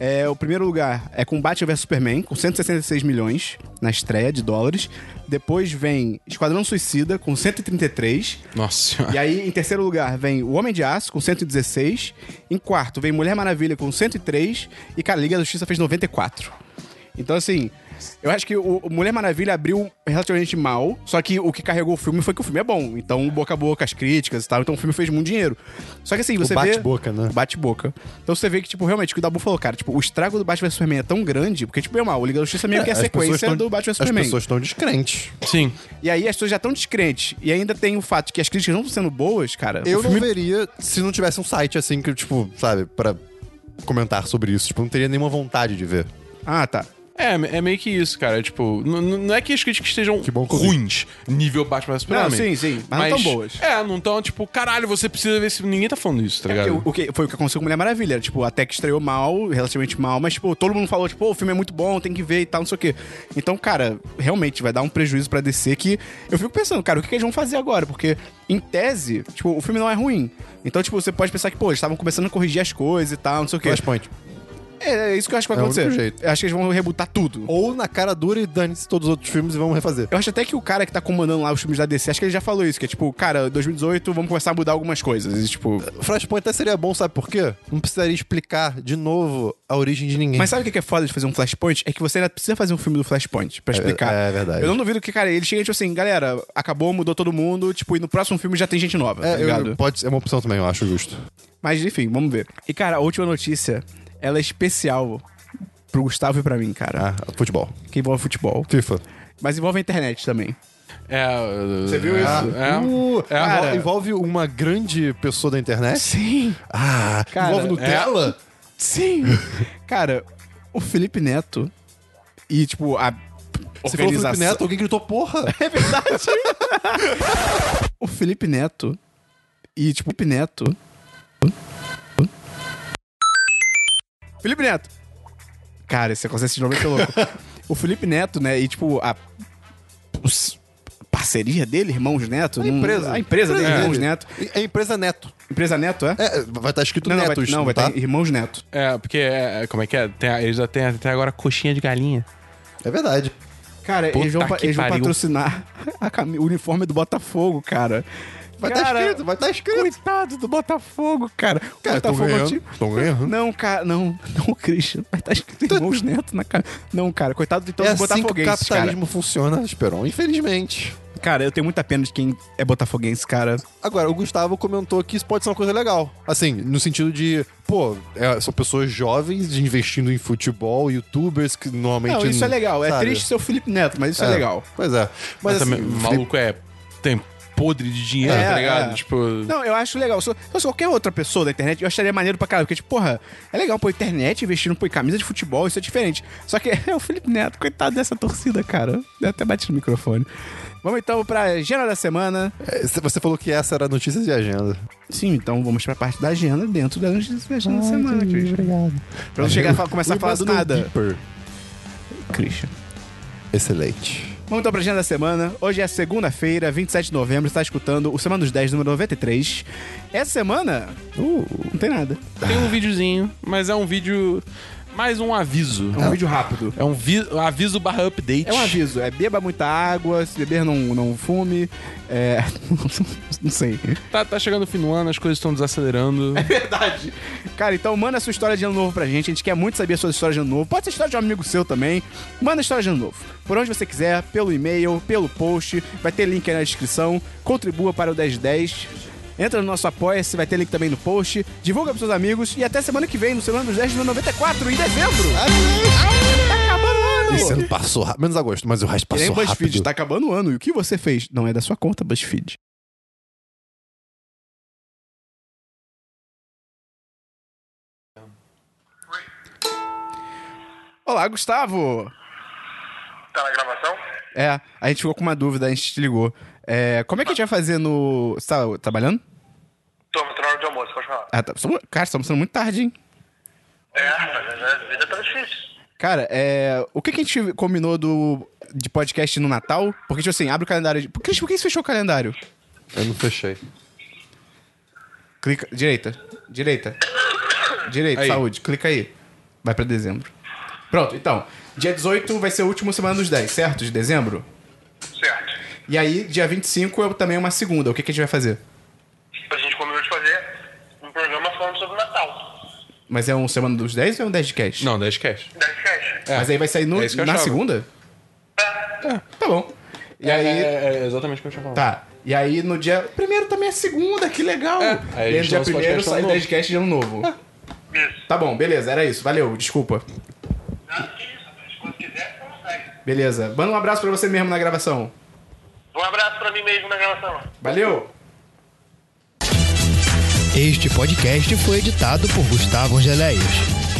[SPEAKER 1] É, o primeiro lugar é com Batman vs Superman, com 166 milhões na estreia de dólares. Depois vem Esquadrão Suicida, com 133.
[SPEAKER 3] Nossa senhora.
[SPEAKER 1] E aí, em terceiro lugar, vem O Homem de Aço, com 116. Em quarto, vem Mulher Maravilha, com 103. E, cara, Liga da Justiça fez 94. Então, assim, eu acho que o o Mulher Maravilha abriu relativamente mal. Só que o que carregou o filme foi que o filme é bom. Então, boca a boca, as críticas e tal. Então, o filme fez muito dinheiro. Só que, assim, você vê...
[SPEAKER 2] bate-boca, né?
[SPEAKER 1] Bate-boca. Então, você vê que, tipo, realmente, o que o Dabu falou, cara, tipo, o estrago do Batman vs Superman é tão grande... Porque, tipo, é mal. O Liga da Justiça meio que é a
[SPEAKER 2] As pessoas
[SPEAKER 1] sequência
[SPEAKER 2] tão-
[SPEAKER 1] do Batman vs Superman.
[SPEAKER 2] As pessoas estão descrentes.
[SPEAKER 3] Sim.
[SPEAKER 1] E aí, as pessoas já estão descrentes. E ainda tem o fato que as críticas não estão sendo boas, cara.
[SPEAKER 2] Eu
[SPEAKER 1] o filme
[SPEAKER 2] não veria se não tivesse um site assim que, tipo, sabe, pra comentar sobre isso. Tipo, não teria nenhuma vontade de ver.
[SPEAKER 1] Ah, tá.
[SPEAKER 3] É, é meio que isso, cara. Tipo, n- n- não é que as críticas estejam
[SPEAKER 2] bom que eu vi.
[SPEAKER 3] ruins, nível Batman vs Superman.
[SPEAKER 1] Não, sim, sim, mas não tão boas.
[SPEAKER 3] É, não tão, tipo, caralho, você precisa ver se ninguém tá falando isso, tá
[SPEAKER 1] Porque
[SPEAKER 3] ligado?
[SPEAKER 1] o, o que, foi o que aconteceu com Mulher Maravilha. Tipo, até que estreou mal, relativamente mal, mas, tipo, todo mundo falou, tipo, "Pô, o filme é muito bom, tem que ver e tal, não sei o quê. Então, cara, realmente vai dar um prejuízo pra DC que eu fico pensando, cara, o que, que eles vão fazer agora? Porque, em tese, tipo, o filme não é ruim. Então, tipo, você pode pensar que, pô, eles estavam começando a corrigir as coisas e tal, não sei o quê.
[SPEAKER 2] Flashpoint.
[SPEAKER 1] É, é isso que eu acho que vai
[SPEAKER 2] É o
[SPEAKER 1] acontecer.
[SPEAKER 2] único jeito.
[SPEAKER 1] Eu acho que eles vão rebutar tudo.
[SPEAKER 2] Ou na cara dura e dane-se todos os outros filmes e vamos refazer.
[SPEAKER 1] Eu acho até que o cara que tá comandando lá os filmes da DC, acho que ele já falou isso, que é tipo, cara, 2018, vamos começar a mudar algumas coisas. E, tipo,
[SPEAKER 2] Flashpoint até seria bom, sabe por quê? Não precisaria explicar de novo a origem de ninguém.
[SPEAKER 1] Mas sabe o que que é foda de fazer um flashpoint? É que você ainda precisa fazer um filme do flashpoint pra explicar.
[SPEAKER 2] é verdade.
[SPEAKER 1] Eu não duvido que, cara, ele chega tipo assim, galera, acabou, mudou todo mundo, tipo, e no próximo filme já tem gente nova, tá
[SPEAKER 2] é,
[SPEAKER 1] ligado?
[SPEAKER 2] eu, pode, é uma opção também, eu acho justo.
[SPEAKER 1] Mas enfim, vamos ver. E, cara, a última notícia, ela é especial pro Gustavo e pra mim, cara,
[SPEAKER 2] Ah, futebol.
[SPEAKER 1] que envolve futebol,
[SPEAKER 2] FIFA.
[SPEAKER 1] mas envolve a internet também.
[SPEAKER 3] É, Você
[SPEAKER 1] viu isso?
[SPEAKER 3] É.
[SPEAKER 2] Uh,
[SPEAKER 3] é,
[SPEAKER 2] envol- envolve uma grande pessoa da internet?
[SPEAKER 1] Sim,
[SPEAKER 2] Ah,
[SPEAKER 1] Cara, é,
[SPEAKER 2] envolve Nutella?
[SPEAKER 1] sim. cara, o Felipe Neto e, tipo, a
[SPEAKER 2] Se for o Felipe
[SPEAKER 1] organização-
[SPEAKER 2] Neto, alguém gritou porra.
[SPEAKER 1] o Felipe Neto e, tipo, Felipe Neto. Felipe Neto! Cara, esse acontece de novo é que é louco. o Felipe Neto, né? E, tipo, a. os- a parceria dele, Irmãos Neto?
[SPEAKER 2] A
[SPEAKER 1] Não-
[SPEAKER 2] empresa.
[SPEAKER 1] A empresa dele,
[SPEAKER 2] É.
[SPEAKER 1] Irmãos Neto.
[SPEAKER 2] É empresa neto.
[SPEAKER 1] Empresa Neto, é?
[SPEAKER 2] É, vai estar escrito
[SPEAKER 1] Não, não, vai,
[SPEAKER 2] netos,
[SPEAKER 1] não, vai
[SPEAKER 2] tá?
[SPEAKER 1] ter Irmãos Neto.
[SPEAKER 3] É, porque. é, como é que é? Tem a- eles já têm até agora coxinha de galinha.
[SPEAKER 2] É verdade.
[SPEAKER 1] Cara,
[SPEAKER 3] Puta
[SPEAKER 1] eles vão, pa-
[SPEAKER 3] que
[SPEAKER 1] eles vão
[SPEAKER 3] pariu.
[SPEAKER 1] patrocinar a cami- o uniforme do Botafogo, cara. tá
[SPEAKER 2] Vai estar escrito, vai estar escrito.
[SPEAKER 1] Coitado do Botafogo, cara. O
[SPEAKER 2] Cara, tão
[SPEAKER 1] Botafogo é um
[SPEAKER 2] ganhando.
[SPEAKER 1] time-
[SPEAKER 2] Tão ganhando.
[SPEAKER 1] Não, cara, não. Não, Christian. Vai estar escrito Irmãos Neto na cara. Não, cara, coitado então,
[SPEAKER 2] é
[SPEAKER 1] dos
[SPEAKER 2] assim que o
[SPEAKER 1] botafoguenses, cara.
[SPEAKER 2] capitalismo funciona, Esperon, infelizmente.
[SPEAKER 1] Cara, eu tenho muita pena de quem é botafoguense, cara.
[SPEAKER 2] Agora, o Gustavo comentou que isso pode ser uma coisa legal. Assim, no sentido de, pô, é, são pessoas jovens investindo em futebol, youtubers que normalmente.
[SPEAKER 1] Não, isso é legal. É
[SPEAKER 2] sabe?
[SPEAKER 1] triste ser o Felipe Neto, mas isso é,
[SPEAKER 2] É,
[SPEAKER 1] legal.
[SPEAKER 2] Pois é. Mas,
[SPEAKER 3] Mas, também,
[SPEAKER 2] assim,
[SPEAKER 3] o maluco é. Tem podre de dinheiro,
[SPEAKER 1] É,
[SPEAKER 3] tá ligado?
[SPEAKER 1] é.
[SPEAKER 3] Tipo.
[SPEAKER 1] Não, eu acho legal. Se eu- se fosse qualquer outra pessoa da internet, eu acharia maneiro pra caralho. Porque, tipo, porra, é legal pôr internet investindo pô, em camisa de futebol, isso é diferente. Só que é o Felipe Neto, coitado dessa torcida, cara. Eu até bati no microfone. Vamos então pra agenda da semana.
[SPEAKER 2] Felipe, é, você falou que essa era a notícia de agenda.
[SPEAKER 1] Sim, então vamos pra parte da agenda dentro da notícia da agenda da semana, Christian. Obrigado. Pra não chegar a fa- começar a
[SPEAKER 2] We
[SPEAKER 1] falar
[SPEAKER 2] must
[SPEAKER 1] do
[SPEAKER 2] go
[SPEAKER 1] nada.
[SPEAKER 2] deeper.
[SPEAKER 1] Christian.
[SPEAKER 2] Excelente.
[SPEAKER 1] Vamos então pra agenda da semana. Hoje é segunda-feira, 27 de novembro. Você tá escutando o Semana dos 10, número 93. Essa semana, uh, não tem nada.
[SPEAKER 3] Tem um videozinho, mas é um vídeo. Mais um aviso.
[SPEAKER 1] É um vídeo rápido.
[SPEAKER 3] É um vi- aviso barra update.
[SPEAKER 1] É um aviso, é beba muita água, se beber não, não fume, é... não sei.
[SPEAKER 3] Tá, tá chegando o fim do ano, as coisas estão
[SPEAKER 1] É
[SPEAKER 3] desacelerando.
[SPEAKER 1] Cara, então manda a sua história de ano novo pra gente, a gente quer muito saber a sua história de ano novo, pode ser a história de um amigo seu também, manda a história de ano novo, por onde você quiser, pelo e-mail, pelo post, vai ter link aí na descrição, contribua para o 1010, entra no nosso apoia-se, vai ter link também no post, divulga pros seus amigos e até semana que vem, no Semana dos 10 de 94, em dezembro! Tá acabando o ano!
[SPEAKER 2] Esse ano passou rápido. Menos agosto, mas o resto
[SPEAKER 1] Que nem
[SPEAKER 2] passou
[SPEAKER 1] o BuzzFeed,
[SPEAKER 2] rápido.
[SPEAKER 1] tá acabando o ano. E o que você fez? Não é da sua conta, BuzzFeed. Olá, Gustavo!
[SPEAKER 8] Tá na gravação?
[SPEAKER 1] É, a gente ficou com uma dúvida, a gente te ligou. É, como é que a gente vai fazer no. Você tá trabalhando?
[SPEAKER 8] Tô, tô na hora do almoço, pode falar.
[SPEAKER 1] Ah, tá. Estamos- Cara, estamos sendo muito tarde, hein?
[SPEAKER 8] É, mas a vida tá difícil.
[SPEAKER 1] Cara, é, o que, que a gente combinou do, de podcast no Natal? Porque, tipo assim, abre o calendário. De... Por que, por que você fechou o calendário?
[SPEAKER 2] Eu não fechei.
[SPEAKER 1] Clica. Direita. Direita. Direita,
[SPEAKER 3] Aí.
[SPEAKER 1] saúde. Clica aí. Vai pra dezembro. Pronto, então. Dia 18 vai ser a última semana dos 10, certo? De dezembro?
[SPEAKER 8] Certo.
[SPEAKER 1] E aí, dia 25 é também uma segunda. O que, que a gente vai fazer?
[SPEAKER 8] A gente combinou de fazer um programa falando sobre o Natal.
[SPEAKER 1] Mas é um semana dos 10 ou é um 10 de cash?
[SPEAKER 3] Não, 10 cash.
[SPEAKER 8] Dez cash.
[SPEAKER 1] Mas aí vai sair no-
[SPEAKER 3] É isso que eu
[SPEAKER 1] na
[SPEAKER 3] achava.
[SPEAKER 1] segunda? Tá bom. E aí.
[SPEAKER 3] É, é exatamente o que eu tinha falado.
[SPEAKER 1] Tá. E aí no dia. Primeiro também é segunda, que legal!
[SPEAKER 3] É. Aí a
[SPEAKER 1] E aí no
[SPEAKER 3] gente
[SPEAKER 1] dia
[SPEAKER 3] lança o
[SPEAKER 1] primeiro
[SPEAKER 3] podcast
[SPEAKER 1] sai
[SPEAKER 3] ano
[SPEAKER 1] 10
[SPEAKER 3] novo.
[SPEAKER 1] de cash de ano novo.
[SPEAKER 8] Isso.
[SPEAKER 1] Tá bom, beleza, era isso. Valeu, desculpa.
[SPEAKER 8] Ah, que isso, rapaz. Quando quiser, consegue.
[SPEAKER 1] Beleza. Manda um abraço pra você mesmo na gravação.
[SPEAKER 8] Um abraço pra mim mesmo na gravação.
[SPEAKER 1] Valeu!
[SPEAKER 9] Este podcast foi editado por Gustavo Angeléias.